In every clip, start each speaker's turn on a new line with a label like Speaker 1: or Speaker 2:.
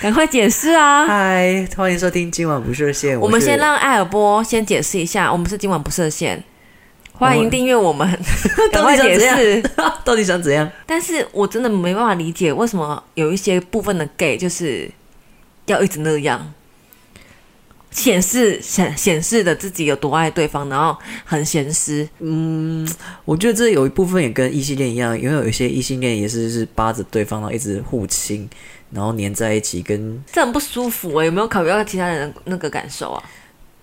Speaker 1: 赶快解释 啊！
Speaker 2: 嗨，欢迎收听今晚不设限。
Speaker 1: 我们
Speaker 2: 是
Speaker 1: 先让艾尔波先解释一下，我们是今晚不设限，欢迎订阅我们，赶
Speaker 2: 到
Speaker 1: 快
Speaker 2: 底想
Speaker 1: 解
Speaker 2: 怎样？
Speaker 1: 释。
Speaker 2: 到底想怎样？
Speaker 1: 但是我真的没办法理解，为什么有一些部分的 gay 就是要一直那样。显示显显示的自己有多爱对方，然后很闲适，
Speaker 2: 我觉得这有一部分也跟异性恋一样，因为有一些异性恋也是是扒着对方，然后一直互亲，然后黏在一起，跟
Speaker 1: 这很不舒服哎、有没有考虑到其他人的那个感受啊？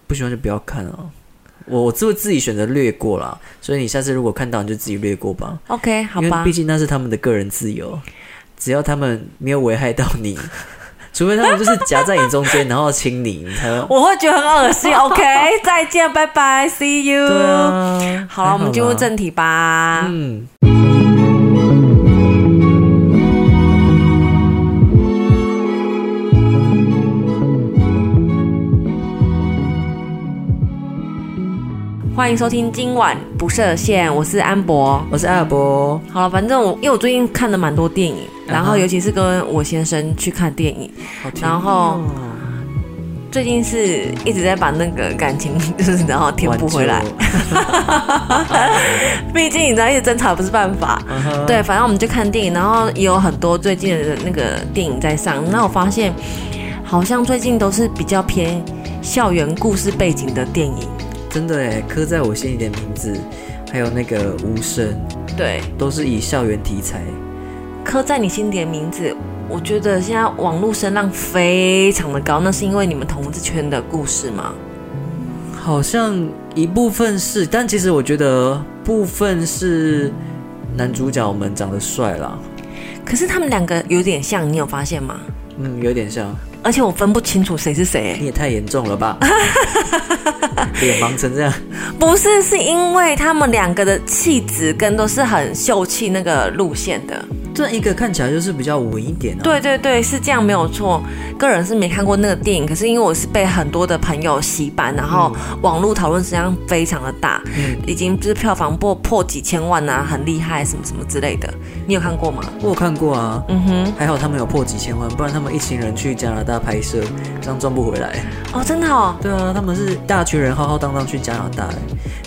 Speaker 2: 不喜欢就不要看啊。我我自自己选择略过啦，所以你下次如果看到你就自己略过吧，
Speaker 1: OK，好
Speaker 2: 因为
Speaker 1: 吧
Speaker 2: 毕，竟那是他们的个人自由，只要他们没有危害到你， 除非他们就是夹在你中间，然后亲你，你才会
Speaker 1: 我会觉得很恶心。OK，再见，拜拜，See you。
Speaker 2: 对啊。
Speaker 1: 好了，我们进入
Speaker 2: 还好啦
Speaker 1: 正题啊吧。
Speaker 2: 嗯，
Speaker 1: 欢迎收听今晚不设限，我是安博。
Speaker 2: 我是阿波，
Speaker 1: 好了，反正我因为我最近看了蛮多电影，然后尤其是跟我先生去看电影，
Speaker 2: 好甜
Speaker 1: 然后最近是一直在把那个感情就是然后填补回来
Speaker 2: 挽，救
Speaker 1: 毕竟你知道一直争吵不是办法。
Speaker 2: 嗯哼
Speaker 1: 对，反正我们就看电影，然后也有很多最近的那个电影在上。那我发现好像最近都是比较偏校园故事背景的电影，
Speaker 2: 真的哎，刻在我心里的名字，还有那个无声，
Speaker 1: 对，
Speaker 2: 都是以校园题材。
Speaker 1: 刻在你心底的名字，我觉得现在网络声浪非常的高，那是因为你们同志圈的故事吗？
Speaker 2: 好像一部分是，但其实我觉得部分是男主角们长得帅啦，
Speaker 1: 可是他们两个有点像，你有发现吗？
Speaker 2: 嗯，有点像，
Speaker 1: 而且我分不清楚谁是谁，
Speaker 2: 你也太严重了 吧，脸盲成这样，
Speaker 1: 不是是因为他们两个的气质跟都是很秀气那个路线的。
Speaker 2: 这一个看起来就是比较稳一点啊，，
Speaker 1: 对对对，是这样没有错。个人是没看过那个电影，可是因为我是被很多的朋友洗版，然后网络讨论实际上非常的大，
Speaker 2: 嗯
Speaker 1: 已经就是票房破破几千万啊，很厉害什么什么之类的。你有看过吗？
Speaker 2: 我有看过啊。
Speaker 1: 嗯哼，
Speaker 2: 还好他们有破几千万，不然他们一行人去加拿大拍摄，这样赚不回来。
Speaker 1: 哦，真的哦，
Speaker 2: 对啊，他们是大群人浩浩荡荡去加拿大、欸，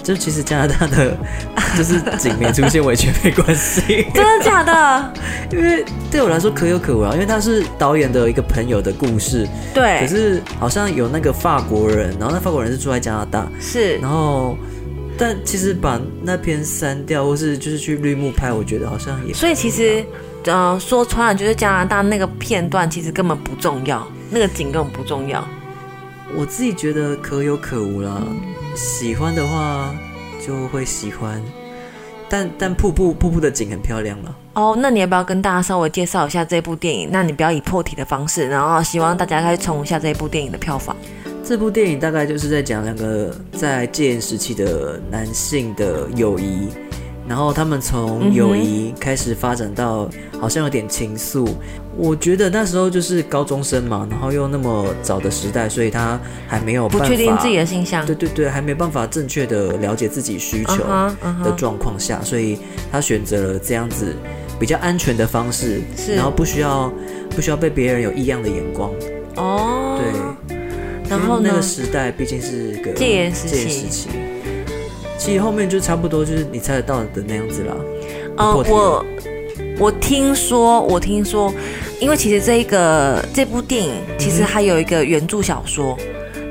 Speaker 2: 就其实加拿大的 就是景没出现，我也觉得没 关系，
Speaker 1: 真的假 的？
Speaker 2: 因为对我来说可有可无啊，因为他是导演的一个朋友的故事，可
Speaker 1: 对，
Speaker 2: 是好像有那个法国人，然后那法国人是住在加拿大，
Speaker 1: 是
Speaker 2: 然后但其实把那篇删掉，或是就是去绿幕拍，我觉得好像也
Speaker 1: 所以其实，呃，说穿了就是加拿大那个片段其实根本不重要，那个景根本不重要。
Speaker 2: 我自己觉得可有可无啦，喜欢的话就会喜欢，但但瀑布瀑布的景很漂亮啦。
Speaker 1: 哦，那你要不要跟大家稍微介绍一下这部电影？那你不要以破题的方式，然后希望大家可以冲一下这部电影的票房。
Speaker 2: 这部电影大概就是在讲两个在戒严时期的男性的友谊，然后他们从友谊开始发展到好像有点情愫。我觉得那时候就是高中生嘛，然后又那么早的时代，所以他还没有
Speaker 1: 不
Speaker 2: 办法
Speaker 1: 确定自己的性向。
Speaker 2: 对对对，还没办法正确的了解自己需求。
Speaker 1: 嗯哼，嗯
Speaker 2: 的
Speaker 1: 哼，
Speaker 2: 状况下，所以他选择了这样子比较安全的方式，
Speaker 1: 是
Speaker 2: 然后不需要不需要被别人有异样的眼光，
Speaker 1: 哦，
Speaker 2: 对。
Speaker 1: 然后
Speaker 2: 因嗯为那
Speaker 1: 呢
Speaker 2: 个？时代毕竟是个
Speaker 1: 戒严时期
Speaker 2: 戒严时期，其实后面就差不多就是你猜得到的那样子啦。破题
Speaker 1: 呃
Speaker 2: 了
Speaker 1: 我我听说，我听说，因为其实这一个这部电影其
Speaker 2: 嗯
Speaker 1: 实还有一个原著小说。
Speaker 2: 哦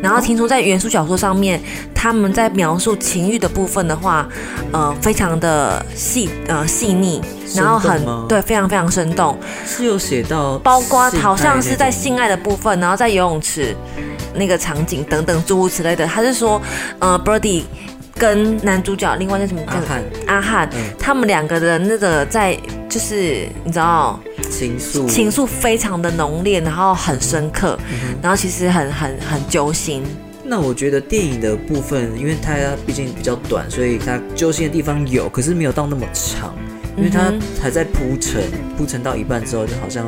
Speaker 1: 然后听说在原著小说上面，他们在描述情欲的部分的话，呃，非常的细呃细腻，然后
Speaker 2: 生动吗
Speaker 1: 很对，非常非常生动。
Speaker 2: 是有写到性爱那种，
Speaker 1: 包括好像是在性爱的部分，然后在游泳池那个场景等等诸如此类的。他是说，呃，Birdy 跟男主角另外那什么叫
Speaker 2: 阿汉
Speaker 1: 阿汉
Speaker 2: 嗯，
Speaker 1: 他们两个的那个在就是你知道
Speaker 2: 情愫
Speaker 1: 情愫非常的浓烈，然后很深刻，
Speaker 2: 嗯
Speaker 1: 然后其实很很很揪心。
Speaker 2: 那我觉得电影的部分，因为它毕竟比较短，所以它揪心的地方有，可是没有到那么长，因为它
Speaker 1: 嗯
Speaker 2: 还在铺陈，铺陈到一半之后就好像，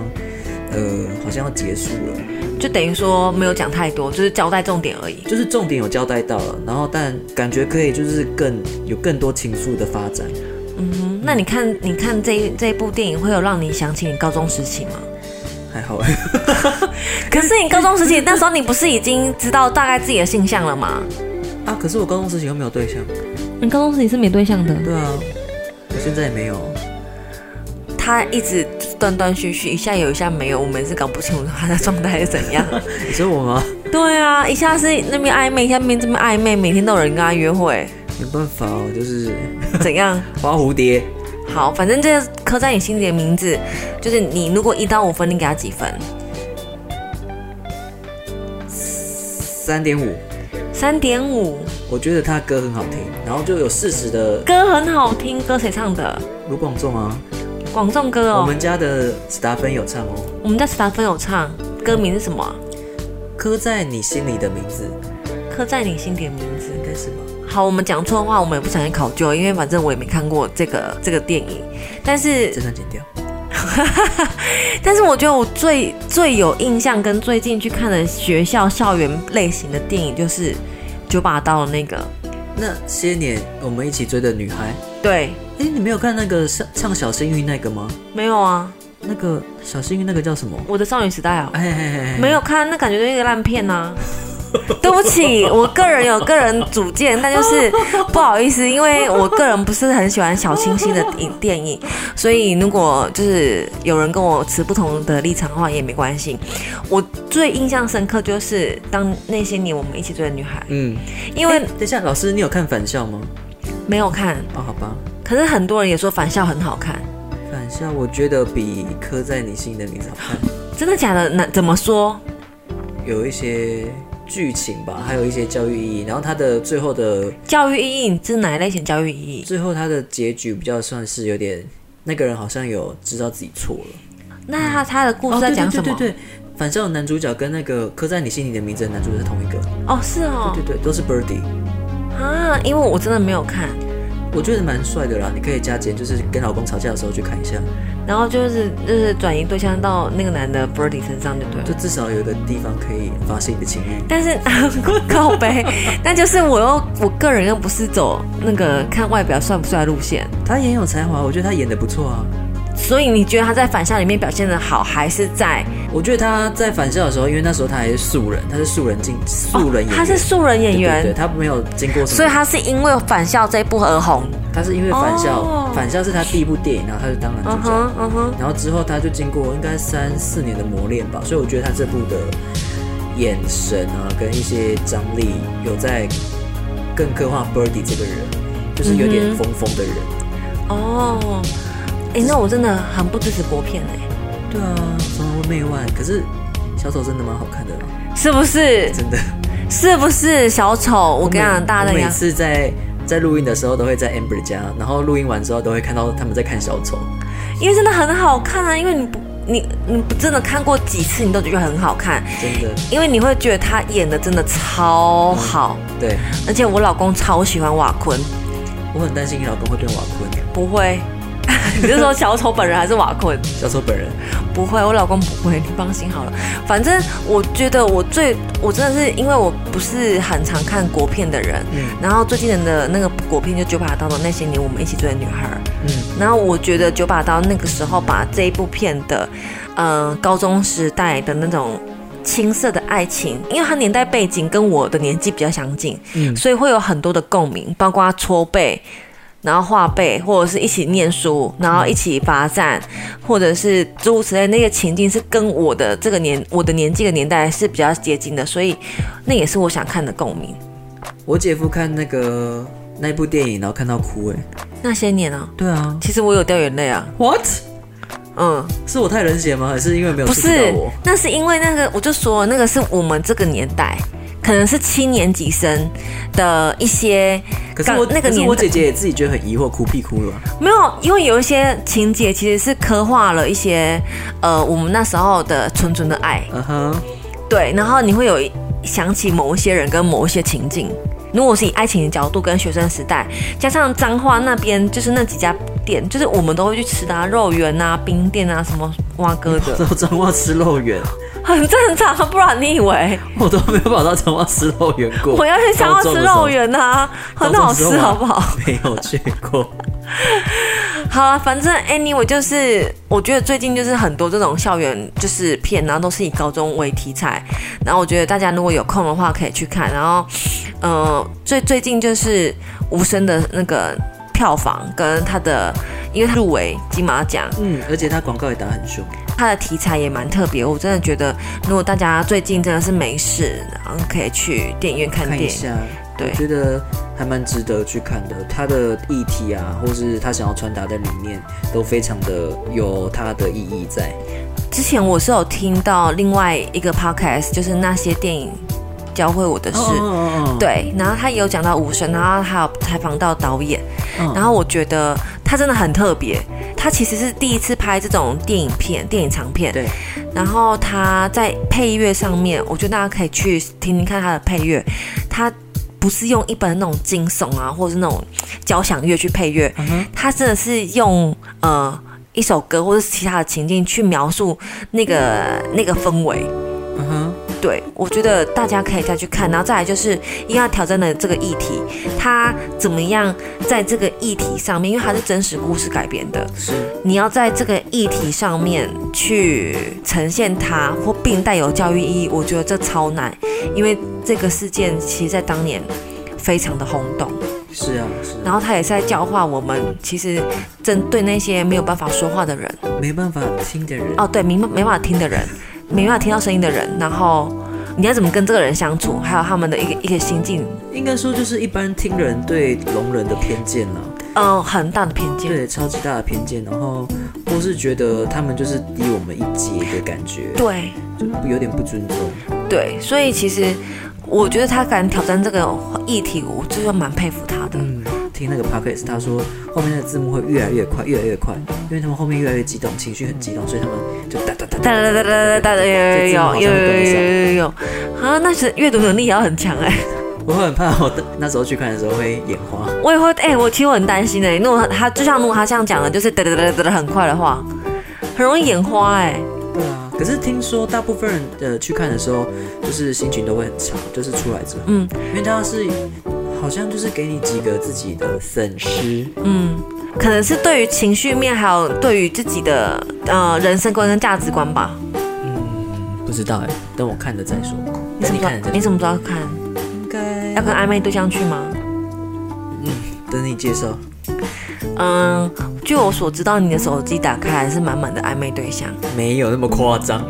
Speaker 2: 呃，好像要结束了，
Speaker 1: 就等于说没有讲太多，就是交代重点而已。
Speaker 2: 就是重点有交代到了，然后但感觉可以就是更有更多情愫的发展。
Speaker 1: 嗯哼，那你看，你看这一这一部电影会有让你想起你高中时期吗？
Speaker 2: 还好，
Speaker 1: 可是你高中时期那时候你不是已经知道大概自己的性向了吗？
Speaker 2: 啊，可是我高中时期又没有对象，
Speaker 1: 你高中时期是没对象的，
Speaker 2: 对啊，我现在也没有，
Speaker 1: 他一直断断续续，一下有一下没有，我们也是搞不清楚他的状态是怎样。
Speaker 2: 你说我吗？
Speaker 1: 对啊，一下是那边暧昧，一下那边这边暧昧，每天都有人跟他约 会，
Speaker 2: 没办法哦，就是
Speaker 1: 怎样？
Speaker 2: 花蝴蝶，
Speaker 1: 好，反正这个刻在你心里的名字，就是你如果一到五分，你给他几分？
Speaker 2: 三点五，
Speaker 1: 三点五。
Speaker 2: 我觉得他歌很好听，然后就有适时的
Speaker 1: 歌很好听，歌谁唱的？
Speaker 2: 卢广仲啊，
Speaker 1: 广仲歌哦。
Speaker 2: 我们家的史达芬有唱哦，
Speaker 1: 我们在斯达芬有唱，歌名是什么啊、
Speaker 2: 刻在你心里的名字，
Speaker 1: 刻在你心底的名字。
Speaker 2: 应该是吧？
Speaker 1: 好，我们讲错的话，我们也不想去考究，因为反正我也没看过这个这个电影。但是
Speaker 2: 这，段剪掉，
Speaker 1: 但是我觉得我最最有印象跟最近去看的学校校园类型的电影就是《九把刀》的那个。
Speaker 2: 那些年我们一起追的女孩，
Speaker 1: 对，
Speaker 2: 哎，你没有看那个唱唱小幸运那个吗？
Speaker 1: 没有啊，
Speaker 2: 那个小幸运那个叫什么？
Speaker 1: 我的少女时代啊，
Speaker 2: 哎哎哎，
Speaker 1: 没有看，那感觉就是一个烂片呐、对不起，我个人有个人主见，但就是不好意思，因为我个人不是很喜欢小清新的影电影，所以如果就是有人跟我持不同的立场的话也没关系。我最印象深刻就是当那些年我们一起追的女孩，
Speaker 2: 嗯，
Speaker 1: 因为
Speaker 2: 等一下，老师，你有看返校吗？
Speaker 1: 没有看，
Speaker 2: 哦，好吧，
Speaker 1: 可是很多人也说返校很好看，
Speaker 2: 返校我觉得比刻在你心里的名字好看，
Speaker 1: 真的假的？那怎么说？
Speaker 2: 有一些剧情吧，还有一些教育意义。然后它的最后的
Speaker 1: 教育意义是哪一类型教育意义？
Speaker 2: 最后它的结局比较算是有点，那个人好像有知道自己错了。哦
Speaker 1: 那他他的故哦事在讲什么？
Speaker 2: 对对对对对，返校的男主角跟那个刻在你心里的名字的男主角是同一个，
Speaker 1: 哦，是哦，
Speaker 2: 对对，都是 Birdy，
Speaker 1: 啊，因为我真的没有看，
Speaker 2: 我觉得蛮帅的啦。你可以加减，就是跟老公吵架的时候去看一下，
Speaker 1: 然后就是就是转移对象到那个男的 Birdy 身上就对
Speaker 2: 就
Speaker 1: 了。
Speaker 2: 至少有一个地方可以发泄你的情欲。
Speaker 1: 但是 靠背，但就是我又我个人又不是走那个看外表帅不帅的路线，
Speaker 2: 他也有才华，我觉得他演的不错啊。
Speaker 1: 所以你觉得他在返校里面表现的好，还是在
Speaker 2: 我觉得他在返校的时候，因为那时候他还是素人，他是素人进素人演员、
Speaker 1: 哦他是素人演员，
Speaker 2: 对对对，他没有经过什么，
Speaker 1: 所以他是因为返校这一部而红。
Speaker 2: 他是因为返校，
Speaker 1: 哦
Speaker 2: 返校是他第一部电影，然后他就当男
Speaker 1: 嗯
Speaker 2: 主角，
Speaker 1: 哼嗯哼，
Speaker 2: 然后之后他就经过应该三四年的磨练吧，所以我觉得他这部的眼神啊，跟一些张力有在更刻画 Birdy 这个人，就是有点
Speaker 1: 嗯哼
Speaker 2: 疯疯的人。
Speaker 1: 哦，哎、那我真的很不支持国片哎、
Speaker 2: 对啊，崇洋媚外，可是小丑真的蛮好看的啦，
Speaker 1: 是不是？
Speaker 2: 真的。
Speaker 1: 是不是小丑？我跟你讲，
Speaker 2: 每
Speaker 1: 大家
Speaker 2: 我
Speaker 1: 那
Speaker 2: 每
Speaker 1: 个。
Speaker 2: 次在在录音的时候都会在 Amber 家，然后录音完之后都会看到他们在看小丑。
Speaker 1: 因为真的很好看啊，因为你不你你不真的看过几次，你都觉得很好看，
Speaker 2: 真的，
Speaker 1: 因为你会觉得他演的真的超好，
Speaker 2: 对
Speaker 1: 而且我老公超喜欢瓦昆，
Speaker 2: 我很担心你老公会变瓦昆，
Speaker 1: 不会。 你是说小丑本人还是瓦昆？
Speaker 2: 小丑本人。
Speaker 1: 不会，我老公不会，你放心好了。反正我觉得我最，我真的是因为我不是很常看国片的人，
Speaker 2: 嗯
Speaker 1: 然后最近的那个国片就《九把刀》的那些年我们一起追的女孩，
Speaker 2: 嗯，
Speaker 1: 然后我觉得九把刀那个时候把这一部片的，呃，高中时代的那种青涩的爱情，因为它年代背景跟我的年纪比较相近，
Speaker 2: 嗯
Speaker 1: 所以会有很多的共鸣，包括搓背。然后画背，或者是一起念书，然后一起罚站，或者是诸如此类那些情境，是跟我的这个年我的年纪的年代是比较接近的，所以那也是我想看的共鸣。
Speaker 2: 我姐夫看那个那部电影，然后看到哭哎。
Speaker 1: 那些年啊，
Speaker 2: 对啊
Speaker 1: 其实我有掉眼泪啊，
Speaker 2: ，What？
Speaker 1: 嗯，
Speaker 2: 是我太冷血吗？还是因为没有
Speaker 1: 不
Speaker 2: 注意
Speaker 1: 是
Speaker 2: 到我？，
Speaker 1: 那是因为那个，我就说了那个是我们这个年代，可能是七年级生的一些
Speaker 2: 可是
Speaker 1: 刚，
Speaker 2: 我
Speaker 1: 那个
Speaker 2: 可是
Speaker 1: 年
Speaker 2: 我
Speaker 1: 代
Speaker 2: 姐姐也自己觉得很疑惑，哭屁哭了。
Speaker 1: 没有，因为有一些情节其实是刻画了一些呃我们那时候的纯纯的爱，
Speaker 2: 嗯哼，
Speaker 1: 对，然后你会有想起某一些人跟某一些情境。如果是以爱情的角度跟学生时代，加上彰化那边就是那几家店，就是我们都会去吃的、啊、肉圆啊、冰店啊、什么蛙哥 的，
Speaker 2: 到彰化吃肉圆，
Speaker 1: 很正常啊，不然你以为？
Speaker 2: 我都没有跑到彰化吃肉圆过。
Speaker 1: 我要去想要
Speaker 2: 高中
Speaker 1: 吃
Speaker 2: 的时候
Speaker 1: 肉，圆啊，很好
Speaker 2: 高中 的时候
Speaker 1: 吃，
Speaker 2: 我
Speaker 1: 好不好？？
Speaker 2: 没有去过。
Speaker 1: 好了，反正 anyway 就是，我觉得最近就是很多这种校园就是片，然后都是以高中为题材，然后我觉得大家如果有空的话可以去看，然后，呃，最最近就是无声的那个票房跟他的，因为他入围金马奖，
Speaker 2: 嗯，而且它广告也打很凶，
Speaker 1: 它的题材也蛮特别，我真的觉得如果大家最近真的是没事，然后可以去电影院看
Speaker 2: 看一
Speaker 1: 电影，
Speaker 2: 下，
Speaker 1: 对
Speaker 2: 我觉得还蛮值得去看的。它的议题啊，或是他想要传达的理念，都非常的有它的意义在。
Speaker 1: 之前我是有听到另外一个 podcast，就是那些电影教会我的事。
Speaker 2: 哦，
Speaker 1: 对，然后他也有讲到无声，然后还有采访到导演，
Speaker 2: 嗯
Speaker 1: 然后我觉得他真的很特别，他其实是第一次拍这种电影片、电影长片，
Speaker 2: 对，
Speaker 1: 然后他在配乐上面，我觉得大家可以去听听看他的配乐，他不是用一本那种惊悚啊，或者是那种交响乐去配乐，
Speaker 2: 嗯哼
Speaker 1: 他真的是用呃一首歌或者是其他的情境去描述那个那个氛围。
Speaker 2: 嗯哼。
Speaker 1: 对，我觉得大家可以再去看，然后再来就是因为他挑战的这个议题，他怎么样在这个议题上面，因为它是真实故事改编的，
Speaker 2: 是，
Speaker 1: 你要在这个议题上面去呈现它，或并带有教育意义，我觉得这超难，因为这个事件其实在当年非常的轰动。
Speaker 2: 是啊，是
Speaker 1: 然
Speaker 2: 啊，
Speaker 1: 后他也是在教化我们，其实针对那些没有办法说话的人，
Speaker 2: 没办法听的人，
Speaker 1: 哦，对，没没办法听的人，没办法听到声音的人，然后你要怎么跟这个人相处，还有他们的一个一个心境，
Speaker 2: 应该说就是一般听人对聋人的偏见啦，
Speaker 1: 呃，很大的偏见。
Speaker 2: 对，超级大的偏见，然后或是觉得他们就是低我们一截的感觉，
Speaker 1: 对
Speaker 2: 就有点不尊重。
Speaker 1: 对，所以其实我觉得他敢挑战这个议题，我就是蛮佩服他的。
Speaker 2: 嗯，听那个 podcast，他说后面的字幕会越来越快，越来越快，因为他们后面越来越激动，情绪很激动，所以他们就哒哒哒
Speaker 1: 哒哒哒哒哒哒，有有有有有有有，啊，那是阅读能力也要很强哎。
Speaker 2: 我很怕我那时候去看的时候会眼花，
Speaker 1: 我也会，哎、我其实我很担心哎、如果他就像如果他这样讲的，就是哒哒哒哒哒很快的话，很容易眼花哎、
Speaker 2: 对啊。可是听说大部分人呃去看的时候，就是心情都会很差，就是出来之后，
Speaker 1: 嗯
Speaker 2: 因为它是好像就是给你几个自己的损失，
Speaker 1: 嗯，可能是对于情绪面，还有对于自己的呃人生观跟价值观吧。
Speaker 2: 嗯，不知道哎，等我看了再说。
Speaker 1: 你怎么知道
Speaker 2: 等你看了再？
Speaker 1: 你
Speaker 2: 说，
Speaker 1: 怎么知道看？
Speaker 2: 应该
Speaker 1: 要跟暧昧对象去吗？
Speaker 2: 等你介绍。
Speaker 1: 嗯，据我所知道，你的手机打开还是满满的暧昧对象，
Speaker 2: 没有那么夸张，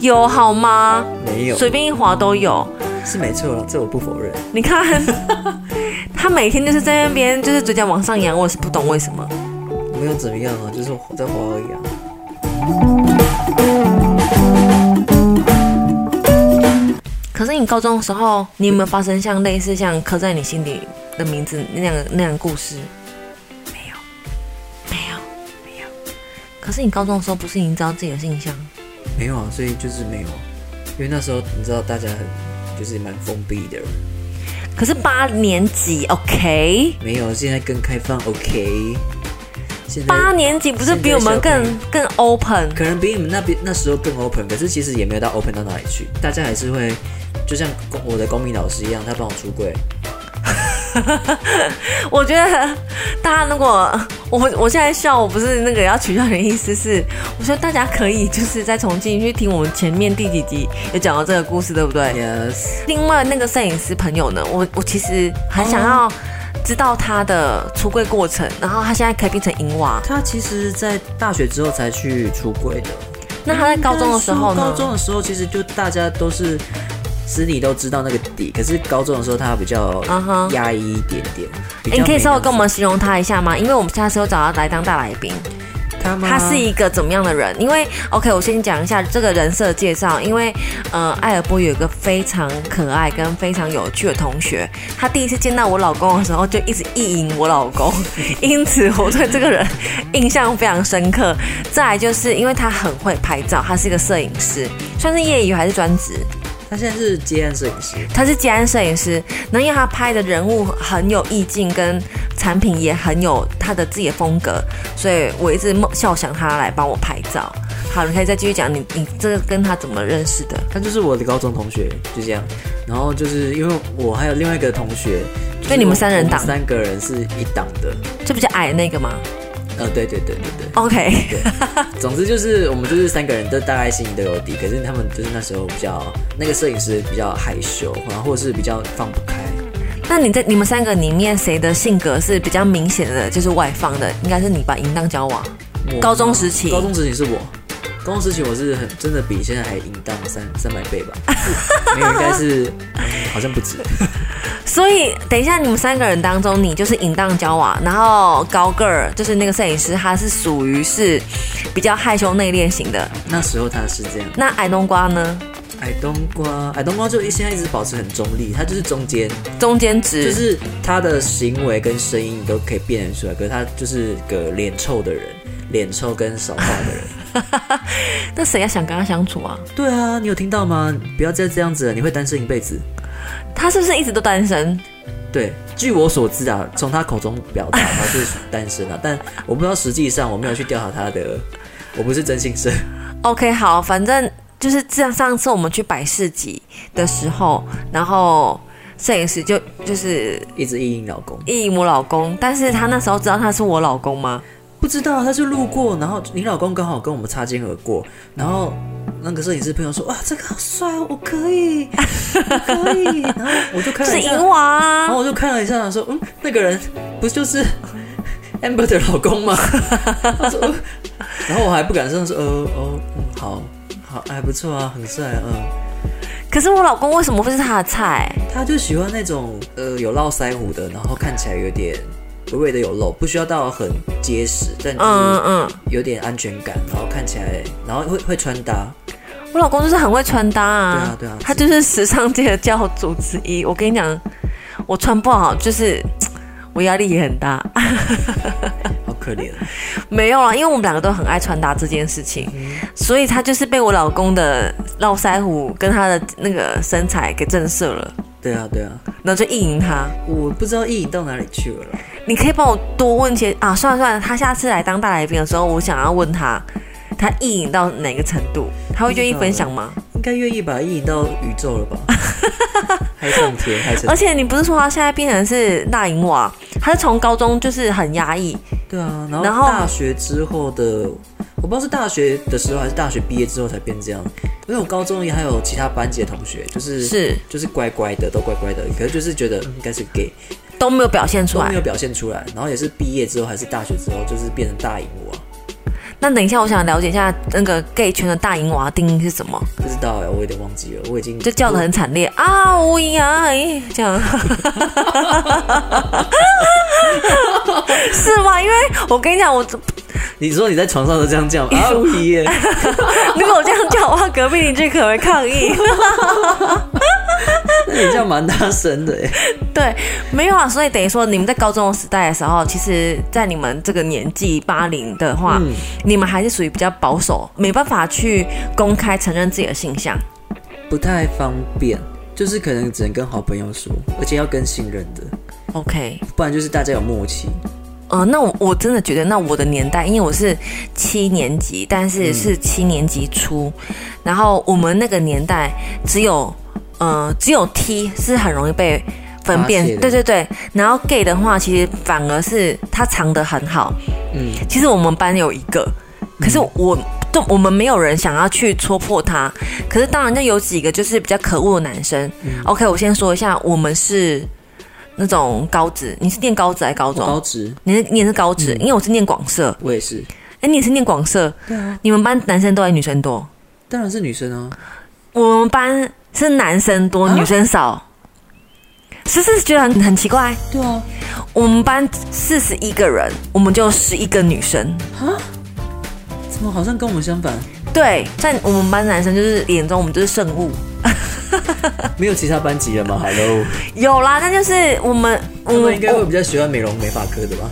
Speaker 1: 有好吗？
Speaker 2: 没有
Speaker 1: 随便一划都有。
Speaker 2: 是没错了，这我不否认。
Speaker 1: 你看， 他每天就是在那边就是嘴角往上扬，我也是不懂为什么。
Speaker 2: 没有怎么样啊，就是我在花而已啊。
Speaker 1: 可是你高中的时候，你有没有发生像类似像刻在你心里的名字那样的那样的故事？没有，没有，没有。可是你高中的时候，不是已经知道自己的性向？
Speaker 2: 没有啊，所以就是没有啊。因为那时候你知道大家很就是蛮封闭的，
Speaker 1: 可是八年级，OK，
Speaker 2: 没有现在更开放，OK。现在
Speaker 1: 八年级不是比我们
Speaker 2: 现在
Speaker 1: 更更 open？
Speaker 2: 可能比你们那边那时候更 open，可是其实也没有到 open 到哪里去，大家还是会就像公我的公民老师一样，他帮我出柜，
Speaker 1: 我觉得大家如果我我现在笑，我不是那个要取笑你的意思是，我说大家可以就是再重新去听我们前面第几集有讲到这个故事，对不对
Speaker 2: Yes，
Speaker 1: 另外那个摄影师朋友呢，我我其实很想要知道他的出柜过程，然后他现在可以变成银娃。
Speaker 2: 他其实，在大学之后才去出柜的。
Speaker 1: 那他在高中的时候
Speaker 2: 高
Speaker 1: 呢？
Speaker 2: 中的时候其实就大家都是心里都知道那个底，可是高中的时候他比较
Speaker 1: 嗯哼
Speaker 2: 压抑一点点。比较
Speaker 1: 诶你可以稍微跟我
Speaker 2: 没
Speaker 1: 们形容他一下吗？因为我们下次有找他来当大来宾，
Speaker 2: 那么他
Speaker 1: 他
Speaker 2: 吗
Speaker 1: 是一个怎么样的人？因为 OK，我先讲一下这个人设介绍。因为呃，艾尔波有一个非常可爱跟非常有趣的同学，他第一次见到我老公的时候就一直意淫我老公，因此我对这个人印象非常深刻。再来就是因为他很会拍照，他是一个摄影师，算是业余还是专职？
Speaker 2: 他现在是接案摄影师，
Speaker 1: 他是捷安摄影师，那因为他拍的人物很有意境，跟产品也很有他的自己的风格，所以我一直梦笑想他来帮我拍照。好，你可以再继续讲你你这个跟他怎么认识的？
Speaker 2: 他就是我的高中同学，就这样。然后就是因为我还有另外一个同学，就是
Speaker 1: 所以你们三人党
Speaker 2: 我们三个人是一党的，
Speaker 1: 就比较矮的那个吗？哦
Speaker 2: 呃，对对对对对，
Speaker 1: OK，
Speaker 2: 总之就是我们就是三个人都大概心里都有底，可是他们就是那时候比较那个摄影师比较害羞，然后或者是比较放不开。
Speaker 1: 那你在你们三个里面，谁的性格是比较明显的，就是外放的？应该是你吧，淫荡交往。
Speaker 2: 我
Speaker 1: 高中时期
Speaker 2: 高中时期是我，高中时期我是很真的比现在还淫荡三三百倍吧， 没有应该是、嗯好像不止，
Speaker 1: 所以等一下你们三个人当中，你就是淫荡交往，然后高个儿就是那个摄影师，他是属于是比较害羞内敛型的。
Speaker 2: 那时候他是这样。
Speaker 1: 那矮冬瓜呢？
Speaker 2: 矮冬瓜，矮冬瓜就现在一直保持很中立，他就是中间，
Speaker 1: 中间
Speaker 2: 就
Speaker 1: 值。
Speaker 2: 是他的行为跟声音你都可以辨认出来，可是他就是个脸臭的人，脸臭跟少话的 人。
Speaker 1: 那谁要想跟他相处啊？
Speaker 2: 对啊，你有听到吗？不要再这样子了，你会单身一辈子。
Speaker 1: 他是不是一直都单身？
Speaker 2: 对，据我所知啊，从他口中表达他是单身啊，但我不知道实际上我没有去调查他的，我不是真心社。
Speaker 1: OK，好，反正就是这样。上次我们去百事集的时候，然后摄影师就就是
Speaker 2: 一直意淫老公，
Speaker 1: 意淫我老公，但是他那时候知道他是我老公吗？
Speaker 2: 不知道他就路过，然后你老公刚好跟我们擦肩而过，然后那个摄影师朋友说哇这个好帅哦，我可以，我可以，然后我就看
Speaker 1: 是
Speaker 2: 了一下，
Speaker 1: 淫娃啊
Speaker 2: 然后！我就看了一下，想说嗯那个人不就是 Amber 的老公吗？他说，呃然后我还不敢上说呃哦嗯好好还不错啊，很帅啊嗯。
Speaker 1: 可是我老公为什么会是他的菜？
Speaker 2: 他就喜欢那种呃有络腮胡的，然后看起来有点微微的有肉，不需要到很结实，但
Speaker 1: 嗯
Speaker 2: 就是
Speaker 1: 嗯，
Speaker 2: 有点安全感，然后看起来，然后会会穿搭，
Speaker 1: 我老公就是很会穿搭啊，
Speaker 2: 对啊对啊
Speaker 1: 他就是时尚界的教主之一。我跟你讲，我穿不好就是我压力也很大。
Speaker 2: 好可 怜。
Speaker 1: 没有啊啦，因为我们两个都很爱穿搭这件事情，所以他就是被我老公的络腮胡跟他的那个身材给震慑了，
Speaker 2: 对啊对啊，
Speaker 1: 然后就意淫他。
Speaker 2: 我不知道意淫到哪里去了啦。
Speaker 1: 你可以帮我多问些啊，算了算了，他下次来当大来宾的时候，我想要问他，他意淫到哪个程度，他会愿意分享吗？
Speaker 2: 应该愿意把意淫到宇 宙了吧？还上天，还成
Speaker 1: 而且你不是说他现在变成是大淫娃，他是从高中就是很压抑，
Speaker 2: 对啊，然后
Speaker 1: 然后
Speaker 2: 大学之后的，我不知道是大学的时候还是大学毕业之后才变这样，因为我高中也还有其他班级的同学，就是
Speaker 1: 是
Speaker 2: 就是乖乖的，都乖乖的，可是就是觉得嗯应该是 gay，
Speaker 1: 都没有表现出
Speaker 2: 都没
Speaker 1: 来。
Speaker 2: 有表现出来，然后也是毕业之后还是大学之后，就是变成大荧幕啊，
Speaker 1: 那等一下，我想了解一下那个 gay 圈的大淫娃定义是什么，
Speaker 2: 不知道哎、我有点忘记了，我已经
Speaker 1: 就叫的很惨烈啊，无疑啊，哎，这样， 是吗？因为我跟你讲，我
Speaker 2: 你说你在床上都这样叫吗啊，无疑 耶，
Speaker 1: 如果我这样叫的话，隔壁邻居可能会抗议。
Speaker 2: 那你叫蛮大声的哎、
Speaker 1: 对，没有啊，所以等于说你们在高中的时代的时候，其实，在你们这个年纪八零的话，
Speaker 2: 嗯
Speaker 1: 你们还是属于比较保守，没办法去公开承认自己的性向。
Speaker 2: 不太方便，就是可能只能跟好朋友说，而且要跟信任的，
Speaker 1: OK，
Speaker 2: 不然就是大家有默契。
Speaker 1: 呃，那我我真的觉得，那我的年代，因为我是七年级，但
Speaker 2: 嗯
Speaker 1: 是是七年级初，然后我们那个年代只有，呃，只有 T 是很容易被分辨
Speaker 2: 发现，的
Speaker 1: 对对对，然后 gay 的话，其实反而是他藏得很好，
Speaker 2: 嗯，
Speaker 1: 其实我们班有一个，可是我都、我们没有人想要去戳破他。可是当然，就有几个就是比较可恶的男生。OK，我
Speaker 2: 嗯
Speaker 1: 先说一下，我们是那种高职，你是念高职还是高中？
Speaker 2: 高职
Speaker 1: 你是你也是高职，因为我是念广社。
Speaker 2: 我也是，
Speaker 1: 哎、你也是念广社？
Speaker 2: 对啊，
Speaker 1: 你们班男生多还是女生多？
Speaker 2: 当然是女生啊。
Speaker 1: 我们班是男生多，
Speaker 2: 啊
Speaker 1: 女生少。是不是觉得很很奇怪？
Speaker 2: 对啊，
Speaker 1: 我们班四十一个人，我们就十一个女生。
Speaker 2: 怎么好像跟我们相反？
Speaker 1: 对，在我们班男生就是眼中，我们就是圣物。
Speaker 2: 没有其他班级了吗？Hello，
Speaker 1: 有啦，那就是我们我
Speaker 2: 他们
Speaker 1: 们
Speaker 2: 应该会
Speaker 1: 我
Speaker 2: 比较喜欢美容美发科的吧？